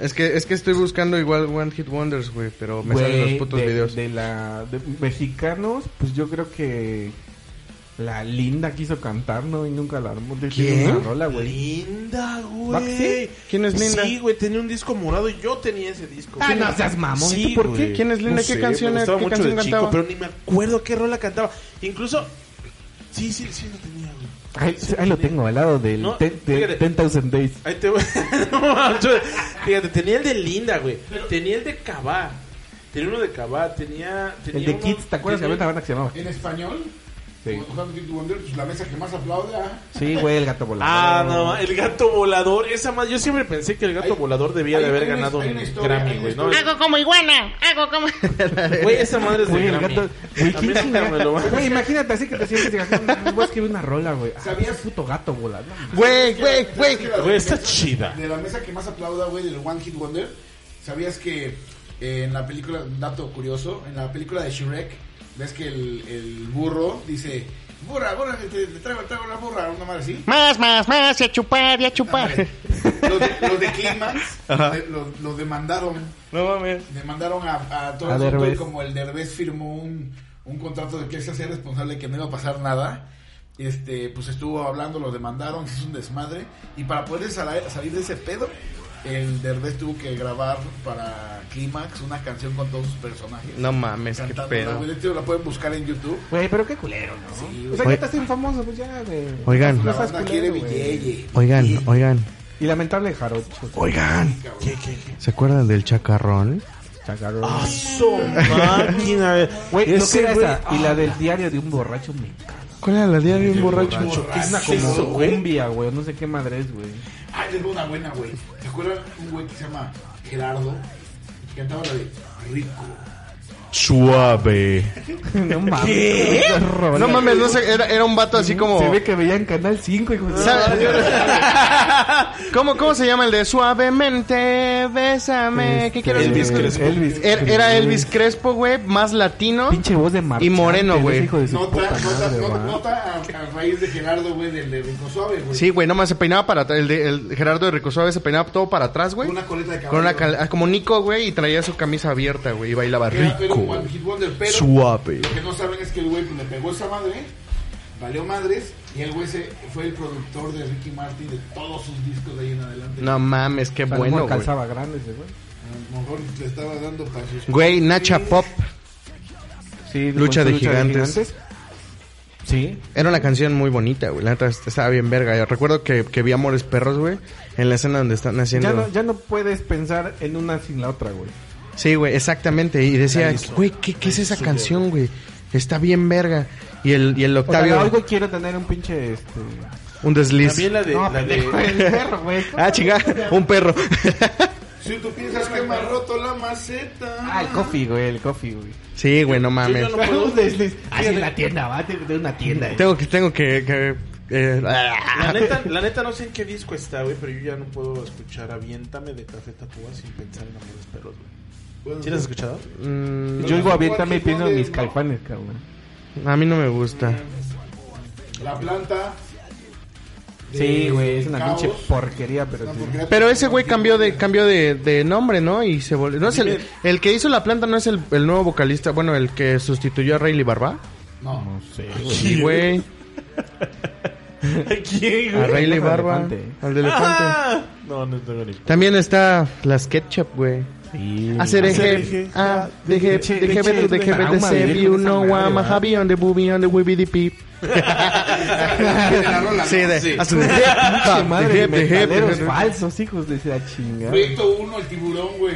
C: Es que, es que estoy buscando igual One Hit Wonders, güey, pero me salen los
E: Güey,
C: putos
E: de,
C: videos.
E: De la. de mexicanos, pues yo creo que. La linda quiso cantar, ¿no? Y nunca la armó. De-
C: ¿Quién?
E: Una rola, güey.
B: Linda,
E: ¿Va
B: güey.
E: que
C: ¿Quién es Linda?
B: Sí, güey, tenía un disco morado y yo tenía ese disco.
E: Ah, no seas mamón.
B: Sí,
C: ¿Por
B: güey.
C: qué? ¿Quién es Linda? ¿Qué canción
B: me
C: es?
B: gustaba
C: ¿Qué
B: mucho
C: canción
B: de
C: cantaba?
B: Chico, pero ni me acuerdo qué rola cantaba. Incluso, sí, sí, sí lo tenía, güey.
E: Ahí, ahí lo tengo, al lado del
B: No,
E: ten- de
B: fíjate.
E: 10,000 Days.
B: Ahí te voy. No, mames, yo- Fíjate, tenía el de Linda, güey. Tenía el de Cabá. Tenía uno de Cabá. Tenía, tenía
E: El de
B: uno-
E: Kids, ¿te acuerdas que
B: tenía-
E: había una banda que se llamaba?
D: En español,
E: Sí.
D: cuando tocamos Hit Wonder, pues la mesa que más aplaude. ah.
E: Sí, güey, el gato volador.
B: Ah, no, ma- el gato volador. Esa más, yo siempre pensé que el gato
D: Hay-
B: volador debía de
D: hay-
B: haber
D: hay una-
B: ganado
D: hay
B: un
D: una historia, Ah, hay
B: Grammy,
D: una
B: güey. ¿no?
A: Hago como iguana. Hago como.
B: Güey, esa madre es de
E: Güey, el
B: Grammy.
E: gato. Güey,
B: A
E: ¿quién
B: mí
E: chinga-
B: déjamelo, ma.
E: Güey, imagínate así que te sientes y digas, voy a escribir una rola, güey.
D: ¿Sabías?
E: ¿Sabías? Puto gato volador.
C: Güey, güey, güey.
B: Güey, está chida.
D: De la mesa que más aplauda, güey, del One Hit Wonder, ¿sabías que eh, en la película, un dato curioso, en la película de Shrek, ves que el, el burro dice, burra, burra, que te, le traigo, le traigo la burra, una madre así?
A: Más, más, más. Y a chupar, y a chupar.
D: Ándale. Los de, los de Climax los, los demandaron,
C: No mames.
D: demandaron a, a todo
E: A
D: el mundo y
E: Derbez.
D: como el Derbez firmó un, un contrato de que él se hacía responsable de que no iba a pasar nada. Este, pues estuvo hablando, los demandaron, se hizo un desmadre. Y para poder sala- salir de ese pedo, el Derbez tuvo que grabar para Climax una canción con todos sus personajes.
C: No mames, qué
D: cantando.
C: pedo.
D: La, güey, de hecho, la pueden buscar en YouTube.
E: Güey, pero qué culero, ¿no? o sea,
C: Oye-
E: ya te hacen famoso, pues ya, güey.
C: Oigan.
E: No
D: La
E: seas
D: banda quiere
E: culero, güey.
D: Villeye.
C: Oigan, oigan,
E: Y lamentable Jarocho.
C: oigan. ¿Se acuerdan del chacarrón?
E: Chacarrón.
B: Su máquina.
E: Güey, no
B: Ah, Ese
E: era
B: güey-
E: esa. Y la del diario de un borracho me
C: ¿Cuál era la día de un borracho?
E: Es una
B: ¿Qué es eso,
E: como
B: güey?
E: cumbia, güey. No sé qué madre es, güey.
D: Ah, tengo una buena, güey. ¿Se acuerdan un güey que se llama Gerardo? Que cantaba la de Rico.
C: Suave.
E: No mames. ¿Qué?
C: No mames, no sé, era, era un vato así como...
E: Se ve que veía en Canal 5, hijo de
C: ¿Sabe- ¿Cómo, ¿Cómo se llama el de suavemente? Bésame, que quiero
E: Elvis
C: sentir-
E: Crespo. Elvis
C: Era- Era Elvis Crespo, güey, más latino.
E: Pinche voz de marcha.
C: moreno, güey.
E: Hijo de su
D: Nota,
E: puta
D: nota,
E: madre,
D: nota,
E: va.
D: nota a, a raíz de Gerardo, güey, del de Rico Suave, güey.
C: Sí, güey, nomás se peinaba para atrás. El, de- el Gerardo de Rico Suave se peinaba todo para atrás, güey.
D: Con una coleta de caballo.
C: Con una cal- ah, como Nico, güey, y traía su camisa abierta, güey, y bailaba
D: Que era- Era un
C: rico.
D: One Hit Wonder, pero
C: Suave.
D: Lo que no saben es que el güey pues, le pegó esa madre, valió madres, y el güey se, fue el productor de Ricky Martin de todos sus discos de ahí en adelante.
C: No mames, qué
E: O sea,
C: bueno,
E: no
C: güey.
E: calzaba grande ese, güey.
D: A lo mejor le estaba dando para sus...
C: Güey, Nacha Pop.
E: Sí,
C: Lucha
E: con
C: de
E: su
C: gigantes.
E: Sí.
C: Era una canción muy bonita, güey. La neta est- estaba bien verga. Yo recuerdo que, que vi Amores Perros, güey, en la escena donde están haciendo.
E: Ya no, ya no puedes pensar en una sin la otra, güey.
C: Sí, güey, exactamente. Y decía, güey, ¿qué, qué es esa canción, güey? Está bien verga. Y el, y el
E: O sea,
C: Octavio,
E: la oigo quiero tener un pinche, este...
C: un desliz.
B: También la de.
E: No,
B: la de-
E: pendejo, el perro, güey.
C: Ah, chingada, un perro.
D: Si tú piensas que me ha roto la maceta...
E: Ah, el coffee, güey, el coffee, güey.
C: sí, güey, no mames.
B: Yo ya no puedo-
E: Ah, sí, en la tienda, va, de de una tienda. eh.
C: Tengo que, tengo que... que, eh,
B: La neta, la neta no sé en qué disco está, güey, pero yo ya no puedo escuchar Aviéntame de Café Tacuba sin pensar en Amores Perros, güey.
D: Bueno,
B: ¿Sí la has escuchado?
C: mm,
E: Yo digo, aviéntame y pienso en mis caifanes, cabrón.
C: a mí no me gusta.
D: La planta... de
E: Sí, güey, es una
D: Caos,
E: pinche porquería, pero
D: una
E: sí.
D: porquería.
C: Pero ese güey cambió de cambió de, de nombre, ¿no? Y se volvió... No es el, el que hizo la planta no es el, el nuevo vocalista, bueno, el que sustituyó a Rayleigh Barba.
D: No,
C: Sí, güey.
B: ¿A quién,
C: A
B: güey?
C: Rayleigh
E: Al
C: Barba.
E: elefante.
C: Al de elefante.
B: Ah, No, no tengo ni.
C: También está las ketchup, güey.
E: Sí.
C: Hacer
B: Hacer
C: eje,
B: eje.
C: ah, deje,
E: Leche,
C: deje
E: leche,
C: ver, deje ver,
E: trauma,
C: deje
E: vivir
C: you
E: con esa
C: know
E: madre,
C: I'm a
E: ¿verdad?
C: happy on the booby on the wibby dippy.
D: la rola,
C: Sí,
D: ¿no?
C: de,
D: Sí.
C: hasta de hip
E: Pinche
C: hop, Ah, de
E: madre,
C: hip, de hip,
E: metaleros
C: de hip.
E: falsos, hijos de la chingada.
D: Proyecto 1, el tiburón, güey.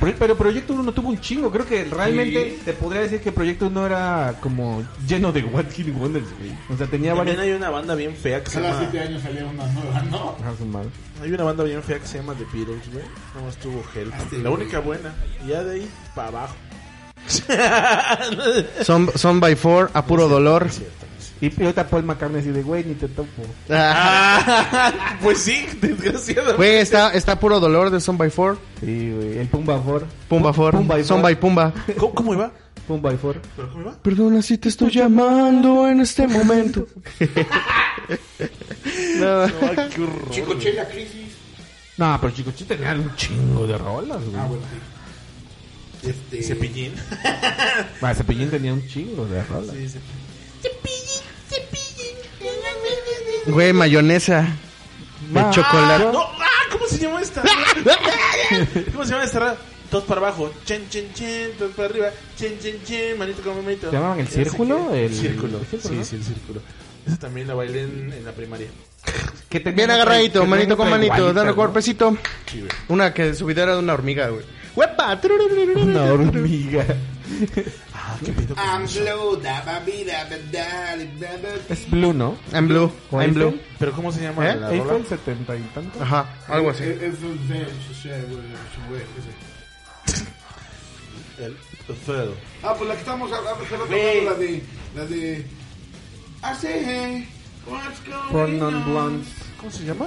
E: Pro- Pero Proyecto 1 tuvo un chingo. Creo que realmente
D: Sí.
E: te podría decir que Proyecto 1 era como lleno de One Hit Wonders, güey. O sea, tenía
B: También
E: varias.
B: hay una banda bien fea que se
D: Cada
B: llama.
D: 7 años salía una nueva, ¿no?
E: Ah, su madre.
B: Hay una banda bien fea que se llama The Beatles, güey. Nada más tuvo Help.
D: Ah, sí,
B: La
D: güey.
B: única buena. Y ya de ahí para abajo.
E: ¿eh?
C: Son, son by four, a puro dolor.
E: Y pilota Paul McCartney así de, güey, ni te topo.
C: Ah,
B: Ah, pues sí, desgraciado.
C: Güey, está, está puro dolor de son by four,
E: Sí, güey. El Pumba Four.
C: pumba four,
E: Pumba y
C: son
E: four.
C: by pumba.
B: ¿Cómo, cómo iba?
E: Pumba Four.
B: ¿Pero cómo iba?
C: Perdona si te estoy llamando en este momento. No.
B: Ay, qué horror.
D: Chico Che, la crisis.
E: No, pero chicos, sí tenían un chingo de rolas, güey.
D: Ah, bueno, sí. Este...
B: Cepillín.
E: Ah, Cepillín tenía un chingo de rolas.
B: Sí, cepillín.
C: Güey, mayonesa de
E: Ma-
C: chocolate.
B: No, ah, ¿cómo se llama esta? ¿Cómo se llama esta? rara? Dos para abajo, chen, chen, chen, dos para arriba, chen, chen, chen, manito con manito.
E: ¿Se llamaban el
B: Ya sé
E: círculo?
B: qué.
E: El-
B: Círculo,
E: el círculo,
B: sí,
E: ¿no?
B: sí, el círculo. Esa también la bailé en, en la primaria.
E: Que tenían
C: Bien
E: otra-
C: agarradito,
E: tenían
C: manito con
E: otra
C: manito,
E: igualita,
C: dando
E: ¿no?
C: cuerpecito.
B: Sí, güey.
C: Una que su video era de una hormiga, güey. ¡Huepa!
E: Una hormiga.
B: Ah, qué pedo.
D: I'm slow, da ba bi, da ba da, li, da ba bi.
E: Es Blue, ¿no?
C: I'm blue, I'm blue.
B: Pero ¿cómo se llama
C: ¿Eh?
B: la rola?
E: Eiffel 70 y tanto.
C: Ajá, algo así.
D: Eh, eh, fue un feo, sí, güey, sí, güey, ese.
B: El el Fedo.
D: Ah, pues la que estamos hablando, que
B: Güey.
D: la de. La de. Hace. What's going
E: For non
D: on?
E: blondes.
B: ¿Cómo se llama?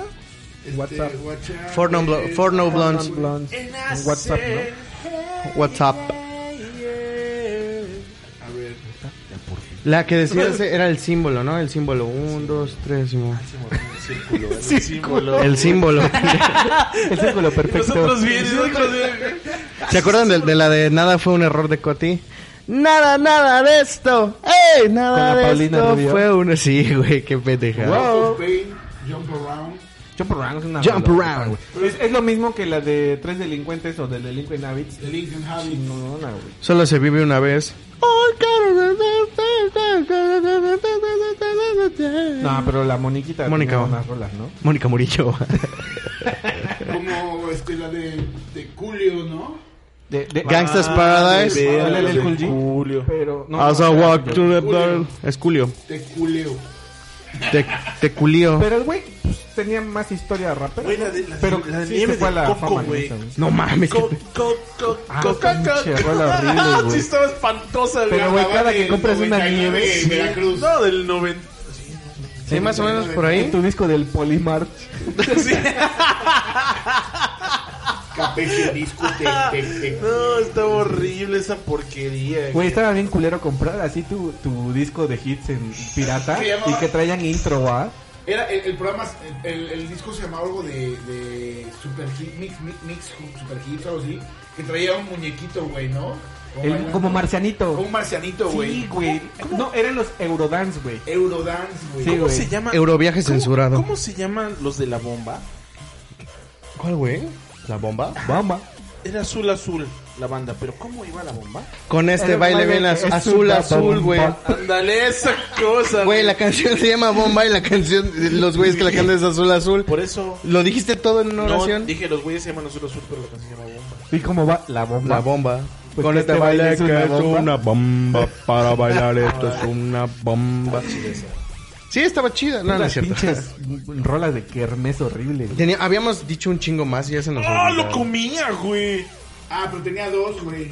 D: Este,
E: What's up?
D: what's up,
C: For no, blo-
D: eh,
C: for no blondes.
E: non blondes.
B: En
E: En WhatsApp,
B: hacer-
C: What's up?
D: A ver.
C: La que decías era el símbolo, ¿no? El símbolo. Un, dos, tres. mo-
B: El círculo, el símbolo.
C: El símbolo.
E: El círculo perfecto.
B: Nosotros bien, nosotros bien.
C: ¿Se acuerdan de, de la de nada fue un error de Coti? Nada, nada de esto. ¡Ey! Nada
E: Con la
C: de
E: Paulina
C: esto
E: Rubio.
C: fue un. Sí, güey, qué pendejada.
E: Wow.
D: Pain, Jump Around.
E: Jump Around es una
C: Jump
E: rolota,
C: Around.
E: güey. Es, es lo mismo que la de Tres Delincuentes o de Delinquent Habits.
D: El Lincoln Habit.
E: No, no, güey.
C: Solo se vive una vez.
E: No, pero la Moniquita
C: Mónica.
E: tenía unas rolas, ¿no?
C: Mónica Murillo.
D: Como este, la de, de Julio, ¿no?
E: De, de,
C: Gangsta's
B: Ah,
C: Paradise.
B: de
E: Ah,
B: veras,
E: LL Cool
B: de
E: G.
B: Julio.
E: pero no,
C: As I
E: no,
C: walk to
E: yo-
C: the
D: Julio.
C: door. Es Julio.
D: De Julio.
C: Te, te culío.
E: Pero el güey pues, tenía más historia de rapero.
B: Güey, la de- la de-
E: pero
B: la de
E: sí
B: Nieve
E: se fue a
B: de
E: la
B: Coco,
E: fama,
B: güey.
E: ¿no? Esa,
C: No mames.
B: Co-
C: que-
B: co- co-
E: Ah,
B: co- co-
E: pinche
B: co- Ah,
E: rola horrible, güey.
B: Sí, estaba espantosa, güey.
E: Pero, güey,
D: La
E: cada
D: banda
E: que
D: del
E: compras una
D: 99
E: nieve,
D: de
E: sí.
D: Veracruz.
B: No, del 90.
C: Sí, más o menos por ahí.
E: En tu disco del Polymarch.
B: Sí.
D: Capece disco. Te, te, te.
B: Ah, No, estaba horrible esa porquería.
E: Güey, estaba bien culero comprar así tu, tu disco de hits en pirata
D: Se llamaba-
E: y que traían intro, ¿ah?
D: Era el, el programa, el, el disco se llamaba algo de, de Super Hit, Mix, Mix, Mix, Super Hits, algo así, que traía un muñequito, güey, ¿no?
E: El-
D: bailando.
E: como marcianito.
D: Como un marcianito, güey.
E: Sí, güey. No, eran los Eurodance, güey.
D: Eurodance, güey.
E: Sí,
B: ¿Cómo
E: güey.
B: se llama?
C: Euroviaje
B: ¿Cómo-
C: censurado.
B: ¿Cómo se llaman los de la bomba?
C: ¿Cuál, güey? ¿La bomba?
E: Bamba.
B: Era azul azul la banda, pero ¿cómo iba la bomba?
C: Con este
E: Era
C: baile
E: baile
C: bien
E: que
C: az-
E: es
C: azul,
E: una
C: azul, güey.
E: bomba.
B: Ándale esa cosa.
C: Güey, la canción se llama Bomba y la canción, los güeyes que la cantan es azul, azul.
B: Por eso
C: ¿Lo dijiste todo en una
B: no,
C: oración?
B: dije los güeyes se llaman azul azul, pero la canción se llama bomba.
E: ¿Y cómo va? La bomba.
C: La bomba.
E: Pues
C: Con
E: que
C: este
E: este
C: baile
E: baile es
C: que
E: una
C: es
E: bomba.
C: una bomba. Para bailar esto es una bomba. Sí, estaba chida. No, no es
E: Las
C: cierto.
E: pinches rolas de kermés horrible, güey.
C: Tenía- habíamos dicho un chingo más y ya se nos
B: ¡Ah,
C: olvidó.
B: lo comía, güey!
D: Ah, pero tenía dos, güey.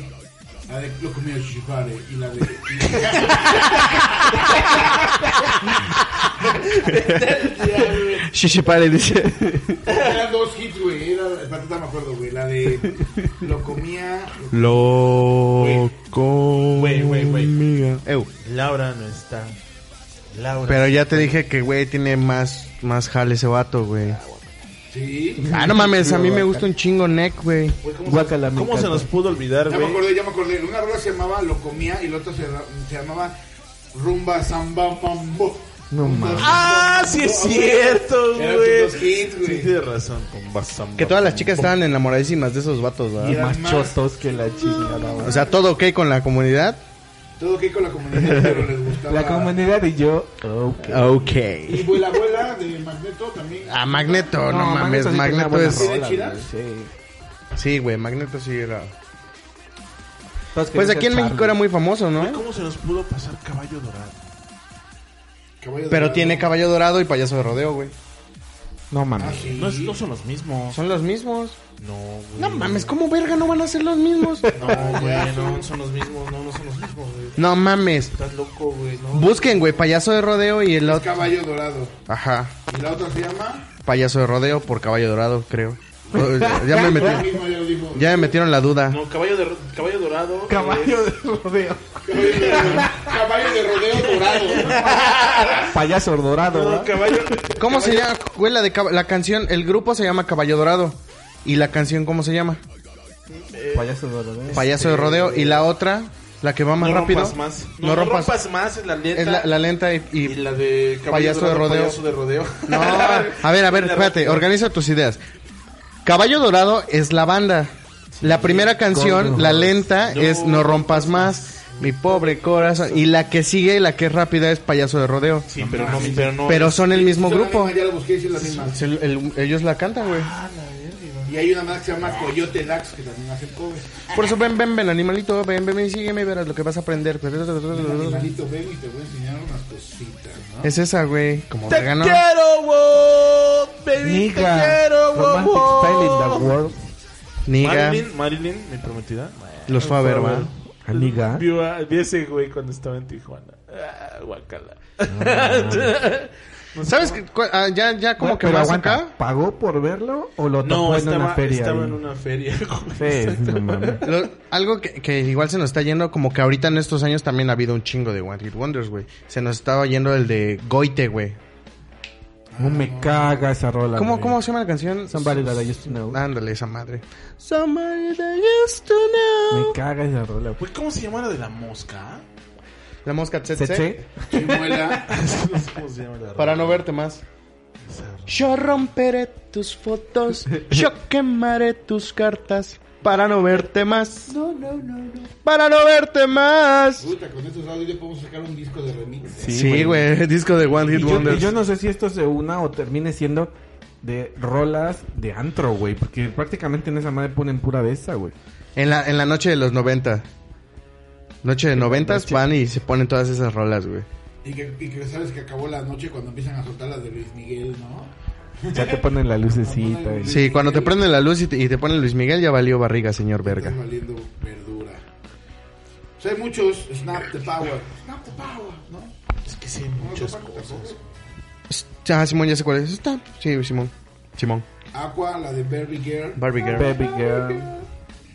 D: La de lo comía Shishipare y la de.
C: Shishipare dice.
D: Eran dos hits, güey. Era, espérate, me acuerdo, güey. La de lo comía.
C: Lo
B: Güey, güey, güey.
C: comía. Ew.
B: Laura no está. Laura.
C: Pero ya te dije que, güey, tiene más, más jale ese vato, güey.
D: Sí.
C: Ah, no mames, a mí me gusta un chingo neck, güey.
D: Güey, ¿cómo se-
E: Guácala, me
B: ¿Cómo se
E: encanta.
B: nos pudo olvidar,
D: Ya me
B: güey?
D: acordé, ya me acordé. Una rola se llamaba Lo comía y la otra se, se llamaba Rumba Samba Mambo.
E: No mames.
B: ¡Ah, sí es cierto,
D: Eran
B: güey!
D: tus dos hits, güey.
B: Sí, tienes razón. con Bazamba.
C: Que todas las chicas estaban enamoradísimas de esos vatos,
E: Y
C: ¿verdad?
D: Eran
E: más
D: más-
E: chotos que la chingada, güey.
C: O sea, todo ok con la comunidad.
D: Todo que con la comunidad, pero les gustaba.
E: La comunidad y yo. ok.
D: Y
C: Ok.
D: fue la abuela de Magneto también.
C: A Magneto, no, mames,
E: Magneto sí tenía
C: Magneto
E: buenas
C: es...
D: rolas.
E: rolas,
D: ¿Tiene
E: güey, sí.
C: Sí, güey, Magneto sí era... Pues
E: Todos querían
C: aquí en
E: ser
C: México era
E: Charlie.
C: muy famoso,
B: Güey,
C: ¿no?
B: ¿Cómo se nos pudo pasar caballo dorado?
D: Caballo
C: Pero
D: Dorado.
C: tiene caballo dorado y payaso de rodeo, güey.
E: No
D: Ah,
E: mames.
D: sí.
B: No, es- no son los mismos.
C: Son los mismos.
B: No, güey.
C: No mames, ¿cómo verga no van a ser los mismos?
B: No, güey, no son los mismos. No, no son los mismos, güey.
C: No mames.
B: Estás loco, güey, ¿no?
C: Busquen, güey, payaso de rodeo y el
D: Es
C: otro...
D: Caballo Dorado.
C: Ajá.
D: Y la otra se llama.
C: Payaso de rodeo por caballo dorado, creo. Oh, Ya ya me
D: Ya
C: metí...
D: mismo ya lo dijo.
C: Ya me metieron la duda.
B: No, caballo, de, caballo dorado. eh,
E: Caballo de rodeo.
D: Caballo de, caballo de rodeo dorado.
E: Payaso dorado,
B: eh,
E: ¿verdad?
B: no, caballo.
C: ¿Cómo se llama? Güey, la, de cab- la canción, el grupo se llama Caballo Dorado. ¿Y la canción cómo se llama?
E: Payaso dorado.
C: Payaso de Rodeo. ¿Y la otra? La que va más
B: Este, no
C: rápido.
B: rompas más.
C: No,
B: No, no
C: rompas.
B: rompas. más es la letra.
C: Es la, la lenta y... y-
B: Y la de caballo
C: Payaso de
B: dorado,
C: rodeo.
B: Payaso de rodeo.
C: No, a ver, a ver,
B: La-
C: espérate. Organiza tus ideas. Caballo Dorado es la banda. La primera canción,
E: Golden
C: la
E: Horse.
C: lenta,
B: No
C: es No rompas más. Mi pobre corazón. Y la que sigue, la que es rápida, es Payaso de Rodeo.
B: Sí, pero no, pero no.
C: Pero son el mismo
D: Es la
C: grupo.
D: misma, Ya la busqué y sí es la misma.
C: Se- el- ellos la cantan, güey.
D: Y hay una más que se llama Coyote Dax que también hace covers.
C: Por eso ven, ven, ven, animalito, ven, ven, ven, sígueme, verás lo que vas a aprender.
D: Animalito, ven y te voy a enseñar unas cositas, ¿no?
C: Es esa, güey. Como
B: Te
C: vegano.
B: quiero, wow, baby, te
E: Nigga.
B: quiero, wow,
E: Romantic spell in the
B: wow.
E: world.
C: Niga.
B: Marilyn, Marilyn, mi prometida.
C: Los fue a ver, va.
E: Amiga.
B: Vio a, vi a ese güey cuando estaba en Tijuana. Ah, guacala.
C: ¿Sabes qué? cu- ah, ya, ya como
E: Bueno,
C: que
E: pero
C: vas
E: aguanta,
C: acá?
E: ¿Pagó por verlo o lo topó
B: No,
E: en
B: estaba,
E: una feria?
B: estaba
E: ahí?
B: en una feria. güey.
E: Sí, no mames.
C: Lo- algo que, que igual se nos está yendo, como que ahorita en estos años también ha habido un chingo de One Hit Wonders, güey. Se nos estaba yendo el de Goite, güey.
E: No me caga esa rola.
C: ¿Cómo,
E: güey.
C: ¿Cómo se llama la canción?
E: Somebody that I used to know.
C: Ándale, esa madre. Somebody that I used to know.
E: Me caga esa rola. güey.
B: Güey, ¿cómo se llama la de la mosca?
C: La mosca tsetse.
E: Tse, tse.
D: Chimuela.
B: No sé ¿Cómo se llama la
C: Para no
B: rola.
C: verte más.
B: Esa
C: Yo romperé tus fotos, yo quemaré tus cartas para no verte más.
D: No, no, no, no.
C: Para no verte más.
D: Puta, con estos audios ya podemos sacar un disco de remix.
C: Sí, güey, el disco de One
E: Y
C: Hit
E: yo,
C: Wonder.
E: y yo no sé si esto se una o termine siendo de rolas de antro, güey. Porque prácticamente en esa madre ponen pura de esa, güey.
C: En la, en la noche de los 90. Noche de noventas
E: noche.
C: van y se ponen todas esas rolas, güey.
D: Y que, y que sabes que acabó la noche cuando empiezan a soltar las de Luis Miguel, ¿no?
E: Ya te ponen la lucecita. y-
C: Sí, cuando te prenden la luz y te, y te ponen Luis Miguel, ya valió barriga, señor verga.
D: Estás valiendo verdura. O sea, hay muchos. Snap the power. Snap the power, ¿no?
B: Es que sí, hay
D: No,
B: muchas
D: Zapata
B: cosas.
D: tampoco.
C: Ah, Simón, ya sé cuál es. Está- Sí, Simón. Simón.
D: Aqua, la de Barbie Girl.
C: Barbie Girl.
E: Baby girl.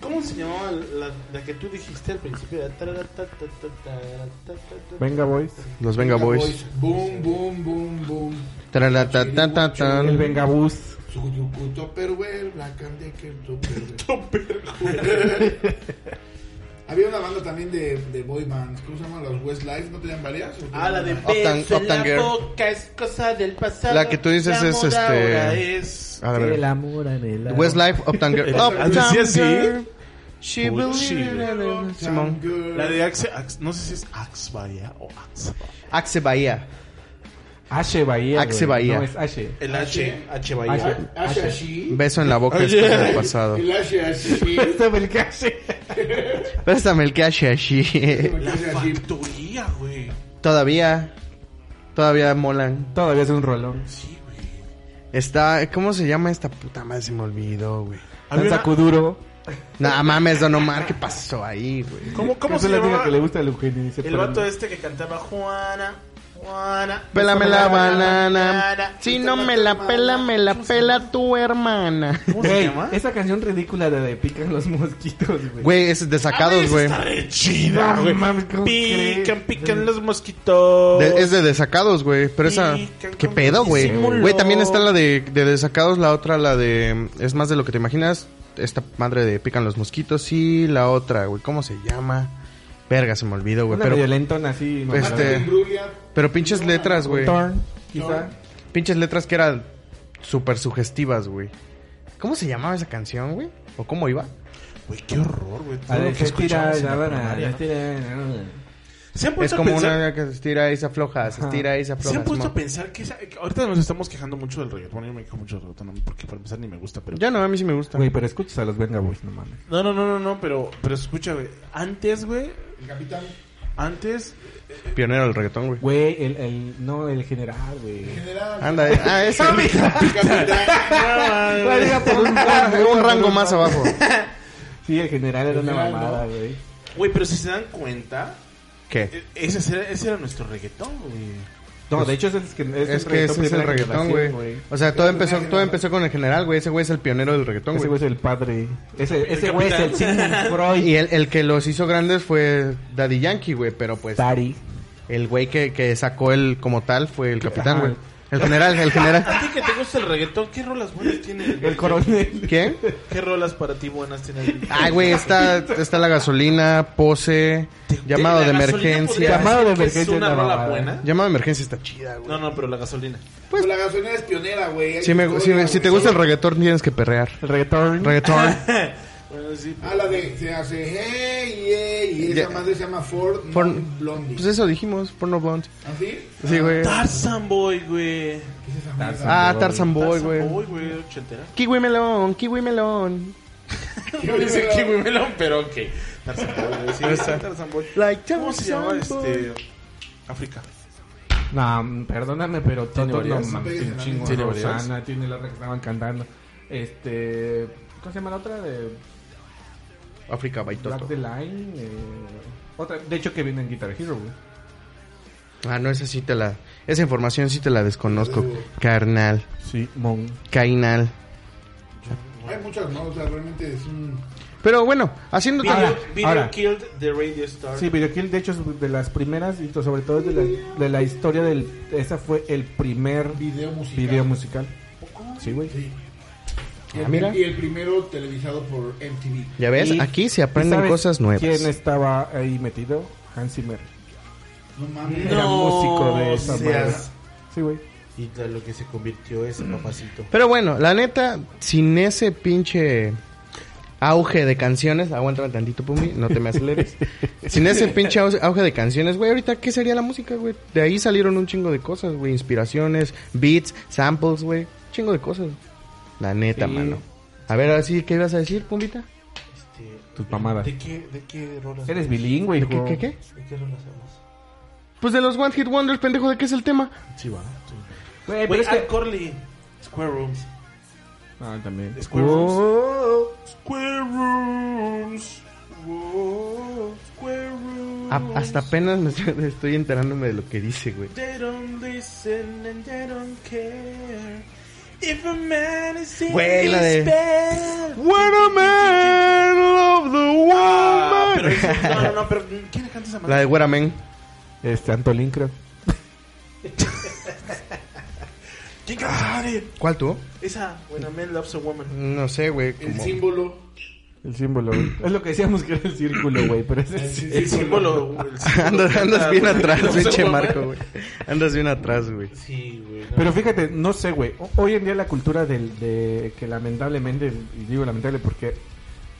B: ¿Cómo se llamaba la, la que tú dijiste al principio? Era tarara, ta, ta, ta, tarara, ta, ta, ta.
E: Venga, boys.
C: Los Venga Boys.
D: Boom, boom, boom, boom.
C: Tralatatatan.
E: El Venga Bus.
D: Pues, Suyuku Topperware, Black and Decker Tupperware. Había una banda también de, de boy bands. ¿Cómo se llaman los Westlife? ¿No tenían varias? ¿O
B: Ah, la de
D: tenían
C: Up Down-
B: beso
C: Up
B: en
C: Down
B: la
C: Girl.
B: boca es cosa del pasado.
C: La que tú dices
B: La
C: es,
B: moda
C: este,
B: ahora es-
C: A la verga.
E: amor anhelado.
C: Westlife, Uptown Girl. Uptown
B: ¿Decía así?
C: Girl. She
B: Uy,
C: believed
B: sí,
C: in
D: varias?
C: it. Simón.
D: Girl.
B: La de Axe, Axe- no sé si es Axe Bahía o Axe.
C: Axe Bahía.
E: Ashe Bahía.
C: Axe
E: güey.
C: Bahía.
E: No, es Ashe.
B: El
D: H,
B: H
E: Bahía.
D: A- Asha She.
C: Beso en la boca es cosa del pasado.
D: El Asha She.
C: Este
E: Este el que Ashe.
C: Préstame el que hace así.
D: El
B: La
D: Asha She.
B: factoría, güey.
C: Todavía. Todavía molan.
E: Todavía es un rolón.
B: Sí, güey.
C: Está. ¿Cómo se llama esta puta madre? Se me olvidó, güey.
E: Tan sacuduro.
C: Nah, mames, Don Omar, ¿qué pasó ahí, güey?
B: ¿Cómo, cómo
E: Que
B: se
E: es la
B: llamaba
E: única que le gusta al Eugenio. Dice,
B: el
E: pero-
B: vato este que cantaba Juana, Juana?
C: Pélame la banana.
B: banana.
C: Si no me la pela, me la pela tu hermana.
B: ¿Cómo se
E: Güey,
B: llama?
E: Esa canción ridícula de, de pican los mosquitos, güey.
C: Güey, es desacados,
B: Esa
C: güey.
B: Está re chida,
E: No
B: güey.
E: mames, ¿cómo
B: Pican,
E: crees?
B: pican los mosquitos.
C: De- es de desacados, güey. Pero esa.
B: Sí, que-
C: ¿Qué pedo, güey?
B: disimulo.
C: Güey, también está la de, de desacados, la otra, la de. Es más de lo que te imaginas. Esta madre de pican los mosquitos. Y la otra, güey. ¿Cómo se llama? Verga, se me olvidó, güey.
E: Una
C: Pero,
E: violentona así. mamá.
D: La
C: Este-
D: de Imbruglia.
C: pero pinches letras, güey.
E: Torn, quizá.
C: Pinches letras que eran súper sugestivas, güey. ¿Cómo se llamaba esa canción, güey? ¿O cómo iba?
B: Güey, qué horror, güey.
E: A
B: Todo
E: ver,
B: lo que
E: que tira,
B: escuchamos en la
E: la
B: primaria,
E: banana,
B: ¿no?
E: tira, la banana.
B: ¿Se han
C: Es
B: puesto a
C: como
B: pensar-
C: una que se estira y se afloja, se
E: Ajá.
C: estira y se afloja.
B: ¿Se han puesto a
C: Simón.
B: pensar que, esa- que ahorita nos estamos quejando mucho del reggaetón? Yo me quejo mucho del reggaetón, a mí, porque para empezar ni me gusta, pero...
C: Ya no, a mí sí me gusta.
E: Güey, pero escuchas a los Venga Boys, no mames.
B: No, no, no, no, no, pero, pero escucha, güey. Antes, güey,
D: El capitán.
B: antes...
C: Pionero del reggaetón, güey.
E: Güey, el, el, no, el general, güey.
D: General.
C: Anda, eh. ah, ese.
D: El capitán.
C: un rango más abajo.
E: Sí, el general era
D: El
E: una
D: general,
E: mamada,
D: ¿no?
E: güey.
B: Güey, pero si se dan cuenta,
C: ¿Qué?
B: e- ese era, ese era nuestro reggaetón, güey.
E: No, de hecho, ese es, el que- Pues es
C: Es
E: el
C: que
E: reggaetón
C: ese es el
E: primera
C: reggaetón,
E: generación,
C: güey. O sea, todo empezó, todo empezó con el general, güey. Ese güey es el pionero del reggaetón,
E: Ese güey
C: güey.
E: es el padre. Ese, ese güey es el
B: capitán.
E: Sigmund Freud.
C: Y el, el que los hizo grandes fue Daddy Yankee, güey. Pero pues,
E: Daddy.
C: el güey que, que sacó el como tal fue el capitán,
E: Ajá.
C: güey. El general, el
B: ¿A
C: general.
B: ti que te gusta el reggaetón? ¿Qué rolas buenas tiene?
E: El coronel.
C: ¿Quién?
B: ¿Qué rolas para ti buenas tiene?
C: Ay, güey, está, está la gasolina, pose, llamado
B: La
C: de
B: gasolina podría
C: emergencia.
E: Llamado de
B: decir que
E: emergencia
B: ¿Es una
E: es la
B: rola
E: mamada.
B: buena?
C: Llamado de emergencia está chida, güey.
B: No, no, pero la gasolina.
D: Pues la gasolina es pionera, güey. Hay
C: Si, me-
D: historia,
C: si me- si te
D: güey.
C: gusta el reggaetón, tienes que perrear.
E: El reggaetón.
C: Reggaetón.
B: Bueno, sí,
D: Ah, la de se hace hey, yeah, y
C: Ya.
D: esa madre se llama Ford,
C: Por-
D: Non Blondie.
C: Pues eso dijimos, porno blonde.
D: ¿Así?
C: Sí, güey.
B: Tarzan Boy, güey.
D: ¿Qué es esa madre?
C: Ah, Tarzan Boy,
B: Tarzan
C: güey.
B: Boy, güey, ochentera.
C: Kiwi melón, kiwi melón.
B: Yo dice Kiwi Melón, pero ok. Tarzan Boy, güey, sí,
C: Ahí está.
B: Tarzan Boy.
C: Like
B: ¿Cómo se llama
C: Tarzan Boy.
B: este? África.
E: No, perdóname, pero
B: Tiene
E: Toto no
B: varias.
E: mames. Tiene un chingo
B: Tiene
E: de
B: varias.
E: Rosana, tiene la otra que estaban cantando. Este. ¿Cómo se llama la otra? De
C: África
E: Black
C: Baitoto.
E: the Line. eh, otra, de hecho, que viene en Guitar Hero, güey.
C: Ah, no, esa sí te la. Esa información sí te la desconozco. Carnal,
E: Sí, Mon.
C: cainal.
D: Hay muchas, ¿no? O sea, realmente es un...
C: Pero bueno, haciendo.
B: Video,
E: Ahora,
B: video
E: ahora.
B: Killed the Radio Star.
E: Sí, Video Kill, de hecho, es de las primeras y to- sobre todo es de la, de la historia del. Esa fue el primer
D: Video musical.
E: video musical. Sí, güey.
D: Sí. Y,
C: Ah,
D: el,
C: mira.
D: y el primero televisado por MTV.
C: Ya ves,
E: Y-
C: aquí se
E: ¿y
C: aprenden
E: sabes
C: cosas nuevas.
E: ¿Quién estaba ahí metido? Hans Zimmer.
D: No mames.
E: Era
B: No
E: músico de esa
B: seas-
E: madre. Sí, güey.
B: y de lo que se convirtió ese papacito.
C: Pero bueno, la neta, sin ese pinche auge de canciones, aguántame tantito, Pumi, no te me aceleres. sin ese pinche au- auge de canciones, güey, ahorita, ¿qué sería la música, güey? De ahí salieron un chingo de cosas, güey, inspiraciones, beats, samples, güey, un chingo de cosas. La neta,
B: Sí.
C: mano. A ver, así, ¿qué ibas a decir, Pumita?
B: Este,
E: Tus mamadas.
B: ¿De qué, de qué rolas
E: Eres bilingüe,
C: ¿De qué,
E: hijo.
C: qué, qué?
B: ¿De qué rolas hablas?
C: Pues de los One Hit Wonders, pendejo, ¿de qué es el tema?
B: Sí, va. Sí.
E: Güey, pero
B: Güey,
E: es que-
B: Al Corley. Square Rooms.
E: Ah, también.
B: Square Rooms.
C: Oh.
B: Square Rooms. Oh, Square Rooms.
C: A- Ah, hasta apenas me estoy, estoy enterándome de lo que dice, güey.
B: They don't listen and they don't care. If a man is in
C: Güey, la de-
B: his bed.
C: What a man of the
B: Ah,
C: woman.
B: pero es- no, no, no, pero ¿quién le canta esa
C: La
B: madre?
C: de What a Man.
E: Este, Antolín, creo.
B: ¿Quién canta esa madre?
C: ¿Cuál tú?
B: Esa, When a man loves a woman.
C: No sé, güey.
D: El
C: como-
D: símbolo.
E: El símbolo, güey. Es lo que decíamos que era el círculo, güey. Pero ese es.
B: El símbolo. el símbolo
C: Andas,
B: que
C: andas
B: canta,
C: bien
B: "When a man
C: atrás,
B: loves a
C: pinche
B: woman".
C: Marco, güey. Andas bien atrás, güey.
B: Sí, güey. no.
E: Pero fíjate, no sé, güey. O- Hoy en día la cultura del, de que lamentablemente, y digo lamentable porque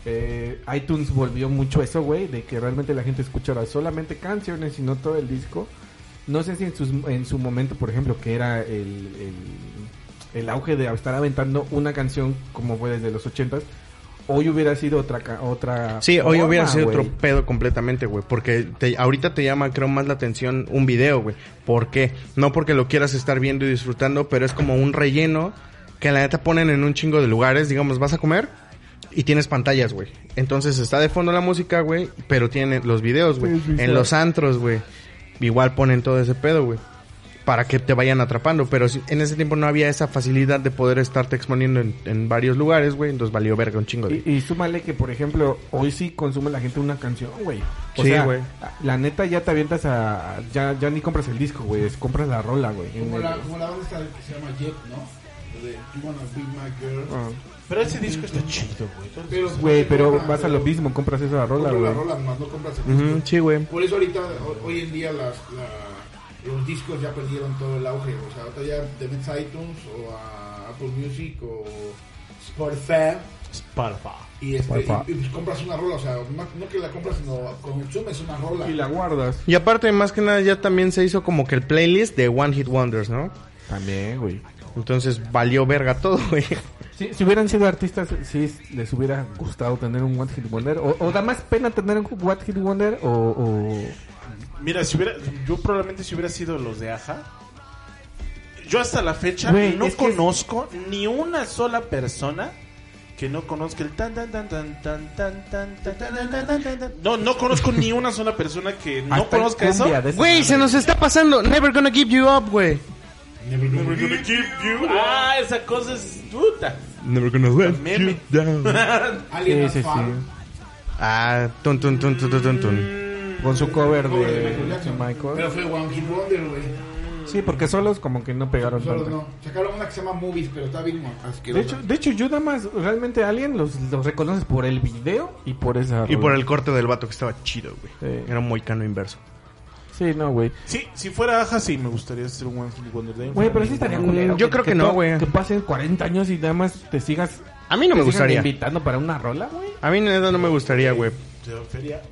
E: eh, iTunes volvió mucho eso, güey, de que realmente la gente escucha ahora solamente canciones y no todo el disco. No sé si en, sus- en su momento, por ejemplo, que era el, el- el auge de estar aventando una canción como fue desde los 80s, hoy hubiera sido otra... ca- otra
C: Sí, hoy
E: forma,
C: hubiera sido
E: güey.
C: otro pedo completamente, güey. Porque te- ahorita te llama, creo, más la atención un video, güey. ¿Por qué? No porque lo quieras estar viendo y disfrutando, pero es como un relleno que la neta ponen en un chingo de lugares. Digamos, vas a comer y tienes pantallas, güey. Entonces está de fondo la música, güey, pero tienen los videos, güey. En los antros, güey. Igual ponen todo ese pedo, güey. Para que te vayan atrapando, pero si- en ese tiempo no había esa facilidad de poder estarte exponiendo en, en varios lugares, güey. Entonces valió verga un chingo de.
E: Y, y súmale que, por ejemplo, hoy sí consume la gente una canción, güey. O
C: Sí,
E: sea,
C: güey.
E: La neta ya te avientas a... Ya, ya ni compras el disco, güey. es- Compras la rola, güey.
D: Como
E: En
D: la,
E: el-
D: como la banda esta que se llama Jet, ¿no? Lo de You Wanna Be My Girl.
E: Ah.
B: Pero ese disco está chido, güey. Entonces,
D: Pero-
E: Güey, pero
D: Ah,
E: vas a lo mismo, compras esa rola,
D: Compras la
E: güey.
D: rola, más no compras el
C: Ujú,
D: disco.
C: sí, güey.
D: Por eso ahorita, ho- hoy en día, las, la- los discos ya perdieron todo el auge. O sea, ahorita ya te metes a iTunes o a Apple Music o Spotify
B: Spotify.
D: y, este,
E: Spotify.
D: y- y pues compras una rola. O sea, más- no que la compras, sino consumes una rola.
E: Y la guardas.
C: Y aparte, más que nada, ya también se hizo como que el playlist de One Hit Wonders, ¿no?
E: También, güey.
C: Entonces valió verga todo, güey.
E: Si, si hubieran sido artistas, sí les hubiera gustado tener un One Hit Wonder. O, o da más pena tener un One Hit Wonder o... o...
B: Mira, si hubiera, yo probablemente si hubiera sido los de Aja. Yo hasta la fecha
E: Güey,
B: no
E: es que-
B: conozco ni una sola persona que no conozca el tan tan tan tan tan tan tan tan tan tan tan, tan, tan, tan. No, no conozco ni una sola persona que no
E: Hasta en
B: conozca eso.
E: cumbia de esa
C: Güey, se
E: madre.
C: nos está pasando. Never gonna give you up, güey.
D: Never gonna
B: We're gonna keep you- Ah, esa cosa es puta.
C: Never gonna
B: let you
C: down.
D: Alien
E: Sí,
D: Has
E: sí,
D: Fallen.
E: sí.
C: Ah, tun, tun, tun, tun, tun, tun, tun.
E: Con su cover
D: Cover de Michael
E: de
D: Jackson.
E: Michael.
D: Pero fue One Hit Wonder, güey.
E: Sí, porque solos como que no pegaron
D: Solo
E: tanto.
D: no. Sacaron una que se llama Movies, pero está bien
E: De
D: asquerosa.
E: hecho, de hecho, yo nada más, realmente Alien los, los reconoces por el video y por esa...
C: Y
E: rola.
C: por el corte del vato que estaba chido, güey.
E: Sí.
C: Era un moicano inverso.
E: Sí, no, güey.
B: Sí, si fuera Aja sí me gustaría ser un One Hit Wonder Ah, Day.
E: Güey, pero sí estaría culero.
C: Mm, yo creo que no,
E: to-
C: güey.
E: Que pasen 40 años y nada más te sigas...
C: A mí no me
E: te sigan
C: gustaría.
E: invitando para una rola, güey.
C: A mí neta no me gustaría, güey.
B: Yo quería-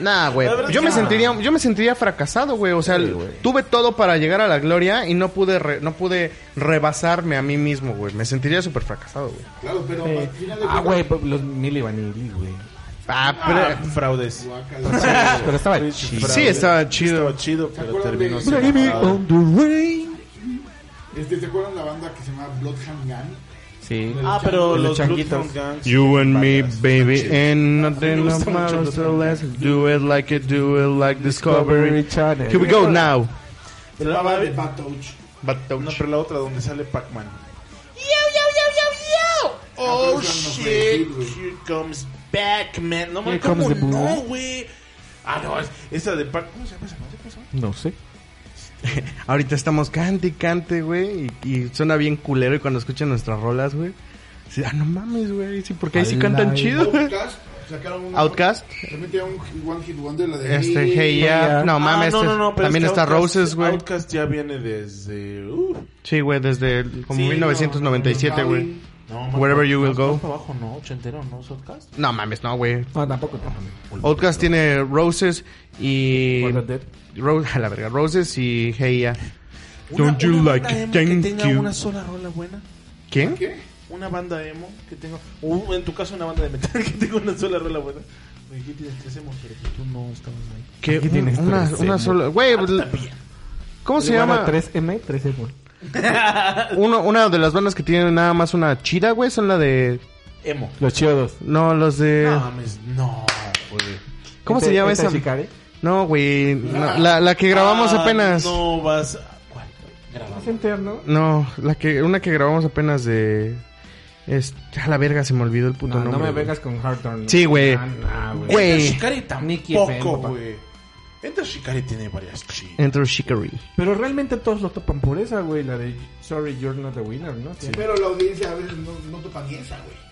C: Nah, güey.
B: La verdad
C: Yo
B: es
C: me
B: que no.
C: sentiría, yo me sentiría fracasado, güey. O sea, tuve todo para llegar a la gloria y no pude, re- no pude rebasarme a mí mismo, güey. Me sentiría súper fracasado, güey.
D: Claro, pero
E: Sí.
D: al final de
E: Ah,
D: cuentas-
E: güey, pues, los Milli Vanilli, güey.
C: Ah,
B: Ah,
C: pero,
B: fraudes.
D: Guácala.
E: Pero estaba
C: Pues,
E: chido. Ah.
C: Sí, estaba chido.
B: Estaba chido, pero
D: acuerdan
B: terminó
D: de-
C: pues,
B: siendo fraude.
D: Este, ¿Se acuerdan la banda que se llama Bloodhound Gang?
E: Sí.
B: Ah, pero
E: Los
B: los
E: changuitos.
B: Bloodhound Gangs.
C: You and me,
B: Varias.
C: baby, and
B: Me
C: nothing of
B: gusta mucho
C: matters
B: los
C: so let's do it like it, do it like Discovery.
E: Discovery Channel.
C: Here we go now.
D: La banda de Bad Touch.
C: But
B: No,
C: touch.
B: pero la otra donde sale Pac-Man.
D: pero
B: Oh
D: esa no fue
B: shit,
D: hit, güey.
B: here comes Pac-Man. No
E: Here
B: mames,
E: comes
B: ¿cómo
E: the
B: no,
E: boom.
B: güey? Ah, no, es- esa de Pac-Man. ¿Cómo se llama esa madre? ¿Cómo se llama?
E: No sé.
C: Ahorita estamos cante y cante, güey, y, y suena bien culero y cuando escuchan nuestras rolas, güey. sí, Ah, no mames, güey, sí, porque ahí sí
E: Al
C: cantan
E: aire.
C: chido, güey.
D: Podcast Sacaron una-
C: Outcast.
D: También tenía un One Hit Wonder, la de
C: Este,
D: Hey,
C: Hey Ya.
E: Ya.
C: No, mames,
B: Ah,
C: este-
B: pero
C: también
B: es que
C: está
B: Outkast-
C: Roses, güey.
B: Outkast ya viene desde. uh,
C: Sí, güey, desde el- como
B: Sí, no,
C: 1997,
D: no,
C: güey.
B: no,
C: Wherever you will
B: más
C: go.
B: para abajo no, ochentero, no, Outcast.
C: No mames, no, güey.
E: No, tampoco. no.
C: Outcast tiene Roses y...
E: What the Dead.
C: Rose, a la verga, Roses y Hey Ya. Don't
B: Una-
C: you
B: una
C: like
B: banda
C: it,
B: emo que
C: thank
B: tenga
C: you.
B: una sola rola buena.
C: ¿Quién?
D: ¿Qué?
B: Una banda emo que tenga. o en tu caso, una banda de metal que tenga una sola rola buena. Oye, ¿Qué tienes? ¿Qué hacemos? Pero que tú no estabas ahí.
C: ¿Qué?
E: Aquí tienes
C: una,
E: tres,
C: una
E: eh,
C: sola... Güey, pues, ¿cómo se
E: Igual a
C: llama?
E: 3M, 3M.
C: Uno, una de las bandas que tiene nada más una chida, güey, son la de...
B: Emo.
E: Los chiodos.
C: No, los de...
B: No, mames, no, güey.
C: ¿Cómo
E: Este-
C: se llama
E: este
C: esa?
E: Shikari.
C: No, güey. no, la, la que grabamos
B: Ah,
C: apenas. No.
B: No vas. a- ¿Cuál? Grabamos.
E: Es interno.
C: la que una que grabamos apenas de... Este, a la verga, se me olvidó el puto
E: Ah,
B: Ah,
E: No,
C: nombre.
E: no me
C: güey.
E: vengas con Hard Turn.
C: Sí, güey.
E: Ah, no, güey.
C: Güey.
B: Enter Shikari
E: Nicky
B: tampoco,
E: FM, papá.
B: güey. Enter Shikari tiene varias chidas.
C: Enter Shikari.
E: Pero realmente todos lo topan por esa, güey. La de Sorry, you're not the winner, ¿no?
D: Pero la audiencia a veces no, no topa ni esa, güey.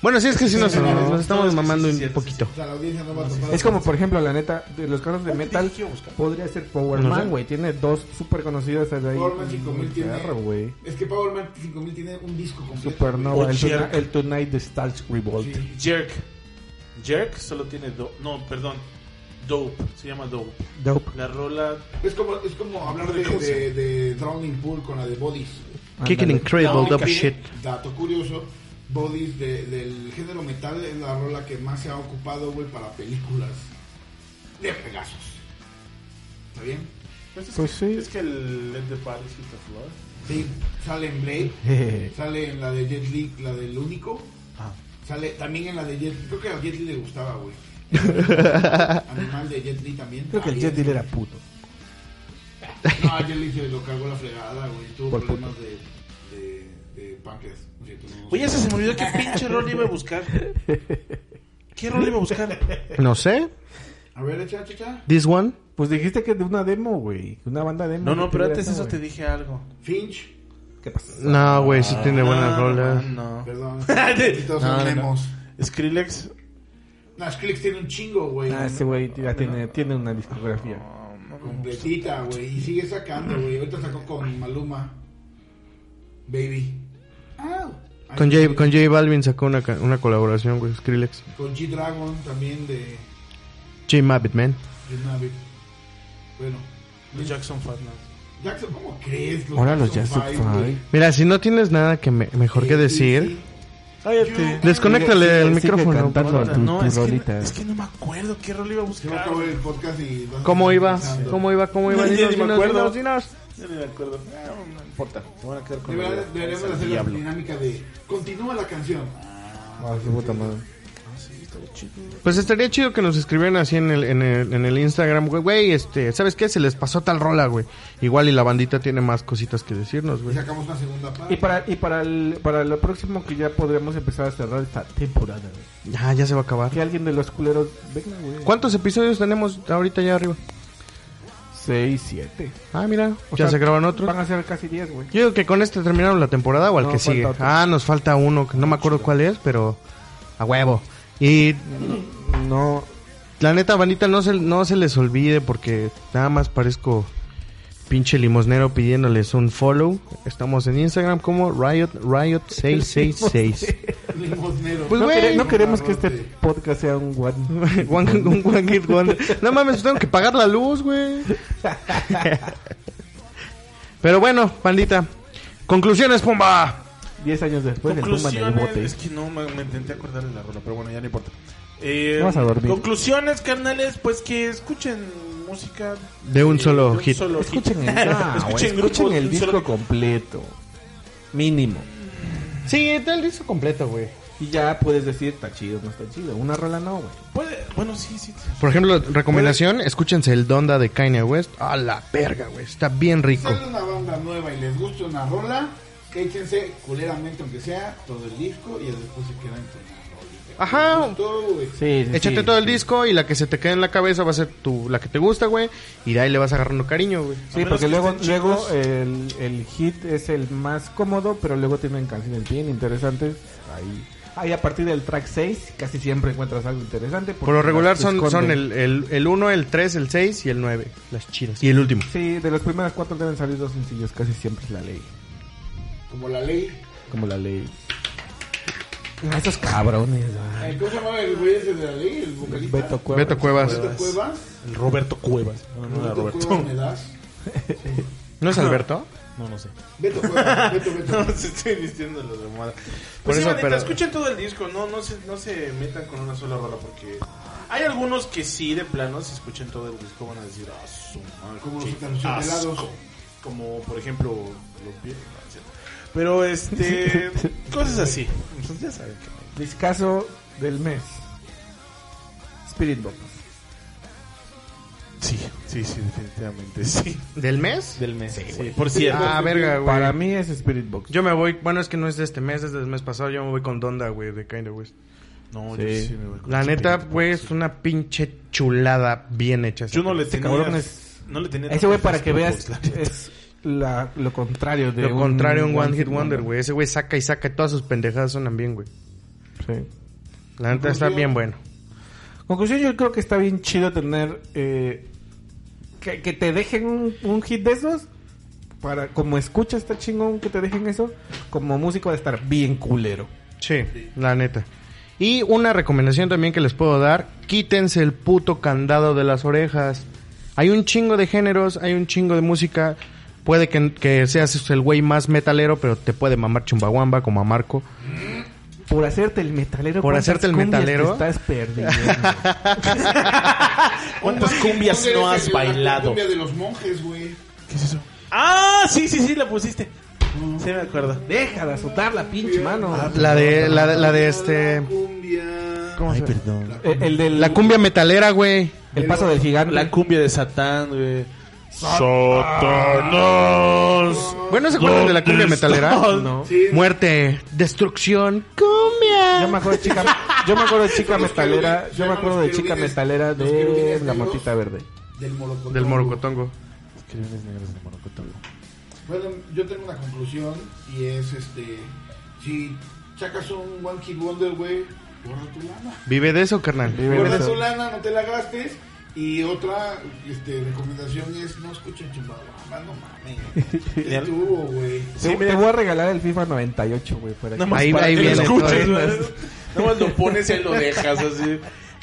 C: Bueno, sí, es que sí nos,
B: No,
C: nos
B: no,
C: estamos
B: es que sí,
C: mamando
B: sí,
C: un
B: sí, sí,
C: poquito.
D: O sea, la audiencia no va a topar.
E: Es como, por ejemplo, la neta, de los casos de
B: ¿Cómo te
E: metal,
B: dije que iba a buscar?
E: podría ser Power Man, güey. Tiene dos súper conocidas de ahí.
D: Power Man 5000 tiene.
E: Perro, güey.
D: Es que Power Man 5000 tiene un disco completo.
E: Supernova, el,
B: Jerk.
E: tuna- el Tonight de Starch Revolt.
D: Sí.
B: Jerk. Jerk solo tiene do No, perdón. Dope. Se llama Dope.
E: Dope.
B: La rola.
D: Es como, es como hablar de, de, de Drowning Pool con la de Bodies.
C: Kicking
E: Ándale.
B: La
C: incredible
B: única
C: dub
B: que-
C: shit.
D: Dato curioso, Bodies de- del género metal es la rola que más se ha ocupado, güey, para películas de Pegasos. ¿Está bien?
E: Pues sí.
B: Es que el Let the Body Hit the Floor.
D: Sí, sale en Blade,
E: Jeje.
D: sale en la de Jet Li, la del único.
B: Ah.
D: Sale también en la de Jet Li. Creo que a Jet Li le gustaba, güey. Animal de Jet Li también.
E: Creo que el
D: Ahí
E: Jet
D: es-
E: Deal era puto.
D: No, a Jet Li se lo cargó la fregada, güey. Tuvo
E: Por
D: problemas de, de, de páncreas. No es cierto, no.
B: Oye, ese se me olvidó qué pinche rol iba a buscar. ¿Qué rol iba a buscar?
C: No sé.
D: A ver, echa, chicha.
C: This one.
E: Pues dijiste que de una demo, güey. Una banda demo.
B: No, no, pero antes de
E: eso
B: eso te dije algo. Ah,
D: Finch.
E: ¿Qué pasa?
C: No, güey, sí tiene buena rola.
B: No.
D: Perdón. Aquí todos son memos.
B: Skrillex.
D: No, Skrillex tiene un chingo, güey.
E: Ah, ese güey ya tiene, tiene una discografía.
D: Completita, güey. Y sigue sacando, güey. Ahorita sacó con Maluma. Baby. Ah.
C: Con J, con J Balvin sacó una, ca- una colaboración, güey, Skrillex.
D: Con G-Dragon también de,
C: J Mabbit, man.
D: de Navi. Bueno.
B: Los Jackson Five no.
D: Jackson, ¿cómo crees?
E: Ahora los Jackson
D: Five,
E: Five.
D: güey.
C: Mira, si no tienes nada que me- mejor que
D: Eh,
C: decir,
B: Cállate.
C: desconéctale el micrófono.
E: cantando.
C: por favor.
E: tu-
B: No,
E: tu
B: es que,
E: rolita.
B: no- es que no me acuerdo qué rol iba a
D: Se va a
B: buscar.
D: acabar el podcast y... vas a
C: ¿Cómo
D: seguir
C: iba?
D: pensando.
C: ¿Cómo iba? ¿Cómo iba?
B: Ya ni
C: Dinos,
B: me
C: dinos,
B: acuerdo.
C: dinos, dinos.
B: Ya ni me acuerdo. Ah, No, me importa. Me van a quedar
D: De
B: con
D: verdad,
B: el-
D: deberíamos
B: el
D: hacer la
B: diablo.
D: dinámica de... Continúa la canción.
E: Ah, qué puta madre.
C: Pues estaría chido que nos escribieran así en el, en el, en el Instagram, güey, güey, este, ¿sabes qué? Se les pasó tal rola, güey. Igual y la bandita tiene más cositas que decirnos,
D: Y
C: güey.
D: sacamos una segunda parte.
E: Y para, y para el, para lo próximo que ya podremos empezar a cerrar esta temporada, güey.
C: Ya, ya se va a acabar.
E: Que alguien de los culeros venga, güey.
C: ¿Cuántos episodios tenemos ahorita ya arriba?
E: 6, 7.
C: Ah, mira, ya se graban otros.
E: Van a ser casi 10, güey.
C: Yo digo que con este terminaron la temporada o al
E: No,
C: que
E: falta
C: sigue.
E: otro.
C: Ah, nos falta uno, que no me acuerdo cuál es, pero a huevo. Y
E: No.
C: la neta, bandita, no se, no se les olvide porque nada más parezco pinche limosnero pidiéndoles un follow. Estamos en Instagram como Riot Riot 666.
D: Limosnero.
C: Pues
E: no,
C: güey,
E: quere- no queremos que este
D: Agarrote.
E: podcast sea un one.
C: One- un one hit wonder. No mames, tengo que pagar la luz, güey. Pero bueno, bandita. Conclusiones, Pumba.
E: 10 años después le tumban el
B: Conclusiones.
E: bote.
B: Es que no me, me intenté acordar de la rola, pero bueno, ya no importa. Eh,
E: Vas a dormir.
B: Conclusiones, carnales, pues que escuchen música
C: De un
B: eh,
C: solo
B: de un
C: hit.
B: solo hit.
E: Escuchen el, Ah, güey,
B: Escuchen
E: escuchen
B: grupos de
E: el
B: un solo
E: disco completo. Mínimo.
C: Sí, el disco completo, güey.
E: Y ya puedes decir, está chido, no está chido. Una rola no, güey.
B: Puede- bueno, sí, sí.
C: Por ejemplo, recomendación, escúchense el Donda de Kanye West. A la verga, güey. Está bien
D: Si
C: rico.
D: sale una banda nueva y les gusta una rola, que échense culeramente aunque sea todo el disco y después se quedan con la rolita.
C: Ajá.
D: Les gustó, güey.
E: Sí,
C: Échate todo el disco y la que se te quede en la cabeza va a ser tu, la que te gusta, güey. Y de ahí le vas agarrando cariño, güey.
E: Sí,
B: A menos
E: porque
B: que
E: luego,
B: estén
E: luego
B: chicos.
E: el, el hit es el más cómodo, pero luego tienen canciones bien interesantes. Ahí Ahí a partir del track 6 casi siempre encuentras algo interesante.
C: Por lo regular
E: las
C: son, son
E: esconden.
C: el 1, el, el, 3, el 6 y el 9. Las chidas. Y el último.
E: Sí, de las primeras cuatro deben salir dos sencillos, casi siempre es la ley.
D: Como la ley.
E: Como la ley. Ah, Esos cabrones. ah.
D: Eh, ¿Cómo se llamaba el güey ese de la ley? El vocalista.
E: Beto Cuevas.
C: Beto Cuevas.
D: Beto Cuevas.
B: El Roberto Cuevas. No, no era
D: Beto
B: Roberto.
D: Cuevas me das.
C: ¿No es Alberto?
B: No, no sé.
D: Beto Cuevas. Beto, Beto.
B: No, se estoy diciendo lo de moda.
C: Por
B: Pues sí,
C: eso,
B: bandita,
C: pero-
B: escuchen todo el disco, no, no, se, no se metan con una sola rola porque hay algunos que sí, de plano, si escuchan todo el disco van a decir, ah, su madre,
D: Como
B: qué
D: los cancionelados.
B: asco". Como por ejemplo, los pies. no, es cierto. Pero este, cosas así. Entonces, Pues ya saben que
E: Discaso del mes. Spirit Box.
B: Sí, sí, sí, definitivamente sí.
C: ¿Del mes?
B: Del mes. Sí, por cierto.
C: Ah, verga, güey.
E: Para mí es Spirit Box.
C: Yo me voy. Bueno, es que no es de este mes, es del mes pasado. Yo me voy con Donda, güey, de Kinda West.
B: no,
E: Sí.
B: me voy con
C: La
B: ese
C: neta,
B: pedo.
C: güey, es una pinche chulada bien hecha. esa
B: pues, Yo no
C: película.
B: le tenía.
E: cabrón es-
B: No le tenía.
E: Ese güey
C: pues,
B: tantas
E: para que
B: fotos, la
E: veas
B: neta.
E: es la, lo contrario de
C: Lo contrario, un One Hit Wonder, güey. Ese güey saca y saca. y Todas sus pendejadas suenan bien, güey.
E: Sí.
C: La neta está bien bueno.
E: Conclusión, yo creo que está bien chido tener eh, que, que te dejen un, un hit de esos. Para, como escucha está chingón que te dejen eso, como músico de estar bien culero.
C: Sí, la neta. Y una recomendación también que les puedo dar, quítense el puto candado de las orejas. Hay un chingo de géneros, hay un chingo de música. Puede que, que seas el güey más metalero, pero te puede mamar chumbawamba como a Marco.
E: Por hacerte el metalero.
C: Por
E: ¿cuántas
C: hacerte el
E: cumbias te
C: metalero?
E: estás perdiendo.
B: ¿Cuántas cumbias
D: ¿Dónde
B: no has
D: eres el de la
B: bailado?
D: Cumbia de los monjes, güey.
B: ¿Qué es eso? Ah, sí, sí, sí, la pusiste. Sí, me acuerdo.
E: Deja de azotar la pinche mano.
C: Ah, La de, la, de- la de este...
D: La cumbia.
C: ¿cómo se-
B: perdón.
E: Eh, el del
C: La cumbia metalera, güey.
E: el paso del gigante.
B: La cumbia de Satán, güey.
C: Bueno, ¿se acuerdan de la cumbia metalera?
E: no.
D: Sí.
C: Muerte, destrucción, cumbia.
E: Yo me acuerdo de chica, yo me acuerdo de chica
D: Los
E: metalera,
D: querubines,
E: yo me acuerdo de
D: los
E: chica
D: querubines,
E: metalera
D: los
E: de
D: querubines
E: la
D: negros.
E: motita verde.
D: Del morocotón.
C: Del morocotongo.
D: Bueno, yo tengo una conclusión y es este. Si sacas un One Kid Wonder, güey, borra tu lana.
C: Vive de eso, carnal.
E: Vive
D: Borra
E: eso.
D: tu lana, no te la gastes. Y otra este, recomendación es no escuchen Chimbabamba, no mames. ¿Qué tuvo, güey?
B: Sí,
E: te,
B: mira.
E: te voy a regalar el FIFA 98, güey, por aquí.
B: Nada más
C: Ahí-
B: para
C: ahí
B: que
C: viene
B: lo escuches,
C: todo.
B: güey. Nada más lo pones y ahí lo dejas así.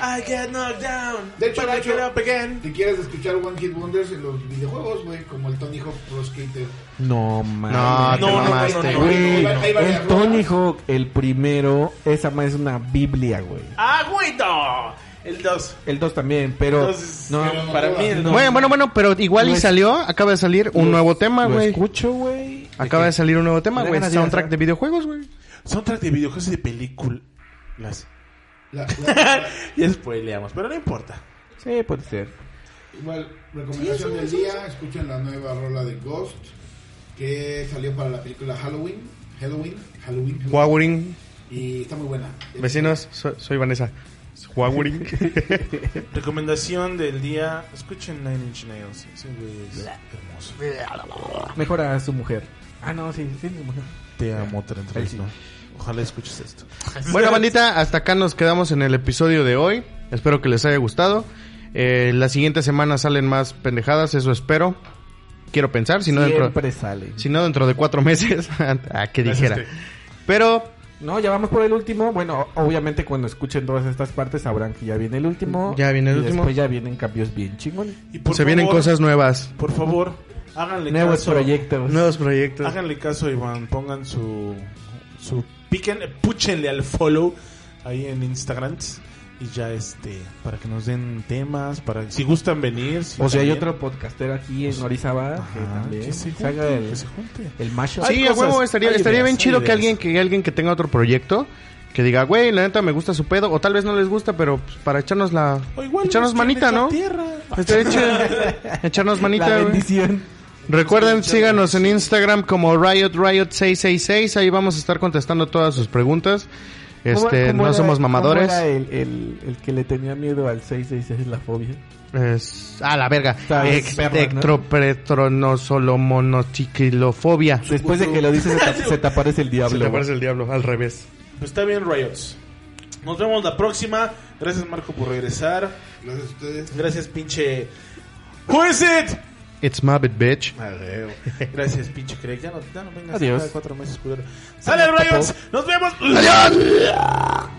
B: I get knocked down.
D: De hecho,
B: but I
D: de hecho-
B: get up again.
D: Si quieres escuchar One Kid Wonders en los videojuegos, güey, como el Tony Hawk Pro Skater.
E: No
C: No,
E: mames.
C: Ah, te
B: No, no, no,
C: mamaste,
B: no, no.
C: güey.
D: Ahí
E: Güey,
D: va- ahí va
E: el
D: la
E: Tony
D: rola.
E: Hawk, el primero, esa más es una biblia, güey.
B: ¡Agüito! El 2.
E: El 2 también, pero
B: Entonces, eh,
E: no,
D: pero no
B: Para
D: todas.
B: mí el
E: No.
B: 2.
C: Bueno, bueno, bueno, pero igual
E: Lo
C: y
E: es-
C: salió, acaba de salir un
E: lo-
C: nuevo tema,
E: lo
C: güey.
E: escucho, güey.
C: Acaba de salir un nuevo tema,
E: Me
C: güey.
E: dan ganas de ir a
C: Soundtrack
E: hacer-
C: de videojuegos, güey.
B: Soundtrack de videojuegos y de películas.
D: La, la-
B: Ya spoileamos, pero no importa.
E: Sí, puede ser.
D: Igual, recomendación del día, escuchen la nueva rola de Ghost que salió para la película Halloween, Halloween, Halloween, Halloween,
C: Huawuring.
D: y está muy buena.
C: Vecinos, so- soy Vanessa. Huawuring.
B: Recomendación del día: escuchen Nine Inch Nails. Ese güey es hermoso.
E: Mejora a su mujer. Ah, no, sí, sí, su mujer.
B: Te amo, Trent Reznor. Ojalá escuches esto.
C: bueno, bandita, hasta acá nos quedamos en el episodio de hoy. Espero que les haya gustado. Eh, la siguiente semana salen más pendejadas, eso espero. Quiero pensar, si no dentro,
E: Siempre sale.
C: si no dentro de cuatro meses. ah, que dijera. Pero
E: No, ya vamos por el último. Bueno, o- obviamente cuando escuchen todas estas partes sabrán que ya viene el último.
C: Ya viene el
E: y
C: último.
E: Después ya vienen cambios bien chingones.
B: Y por
C: se vienen
B: favor,
C: cosas nuevas,
B: Por favor, háganle
E: Nuevos
B: caso.
E: proyectos.
C: nuevos proyectos.
B: Háganle caso, Iván. Pongan su. su piquen, púchenle al follow ahí en Instagram. Y ya este. Para que nos den temas. para Si gustan venir. si
E: O sea, hay
B: también-
E: otro podcaster aquí
C: Pues,
E: en Orizaba que
B: Ajá,
E: también
B: que se junte,
E: se haga el,
B: que se junte.
E: el mashup.
C: Pues Sí,
B: Hay
C: a
B: cosas,
C: huevo, estaría,
B: hay
C: estaría
B: ideas,
C: bien
B: hay
C: chido que
B: ideas.
C: alguien, que alguien que tenga otro proyecto, que diga, güey, la neta me gusta su pedo, o tal vez no les gusta, pero pues, para echarnos la...
B: O igual
C: echarnos
B: nos
C: manita,
B: quieren
C: ¿no?
B: echar tierra.
C: Estaría chido. echarnos
E: La
C: manita, güey.
E: bendición.
C: Recuerden, síganos en Instagram como Riot Riot 666 ahí vamos a estar contestando todas sus preguntas.
E: ¿Cómo-
C: Este,
E: cómo
C: no
E: era-
C: somos
E: cómo
C: mamadores.
E: era el, el, el que le tenía miedo al 666 la fobia?
C: Es, ah, la verga.
E: Está bien, perra, ¿no?
C: Espectropetronosolomonochiquilofobia.
E: Después de que lo dices se te, se te aparece el
C: Se te
E: diablo.
C: aparece el diablo, al revés.
B: Pues está bien, Riots. Nos vemos la próxima. Gracias, Marco, por regresar.
D: Gracias a ustedes.
B: Gracias, pinche. ¿Who is it?
C: It's my bad bitch.
B: Gracias, pinche Craig. Ya no, ya no vengas
E: Adiós.
B: cada cuatro meses, culero. ¡Sale, Riots! ¡Nos vemos! ¡Adiós!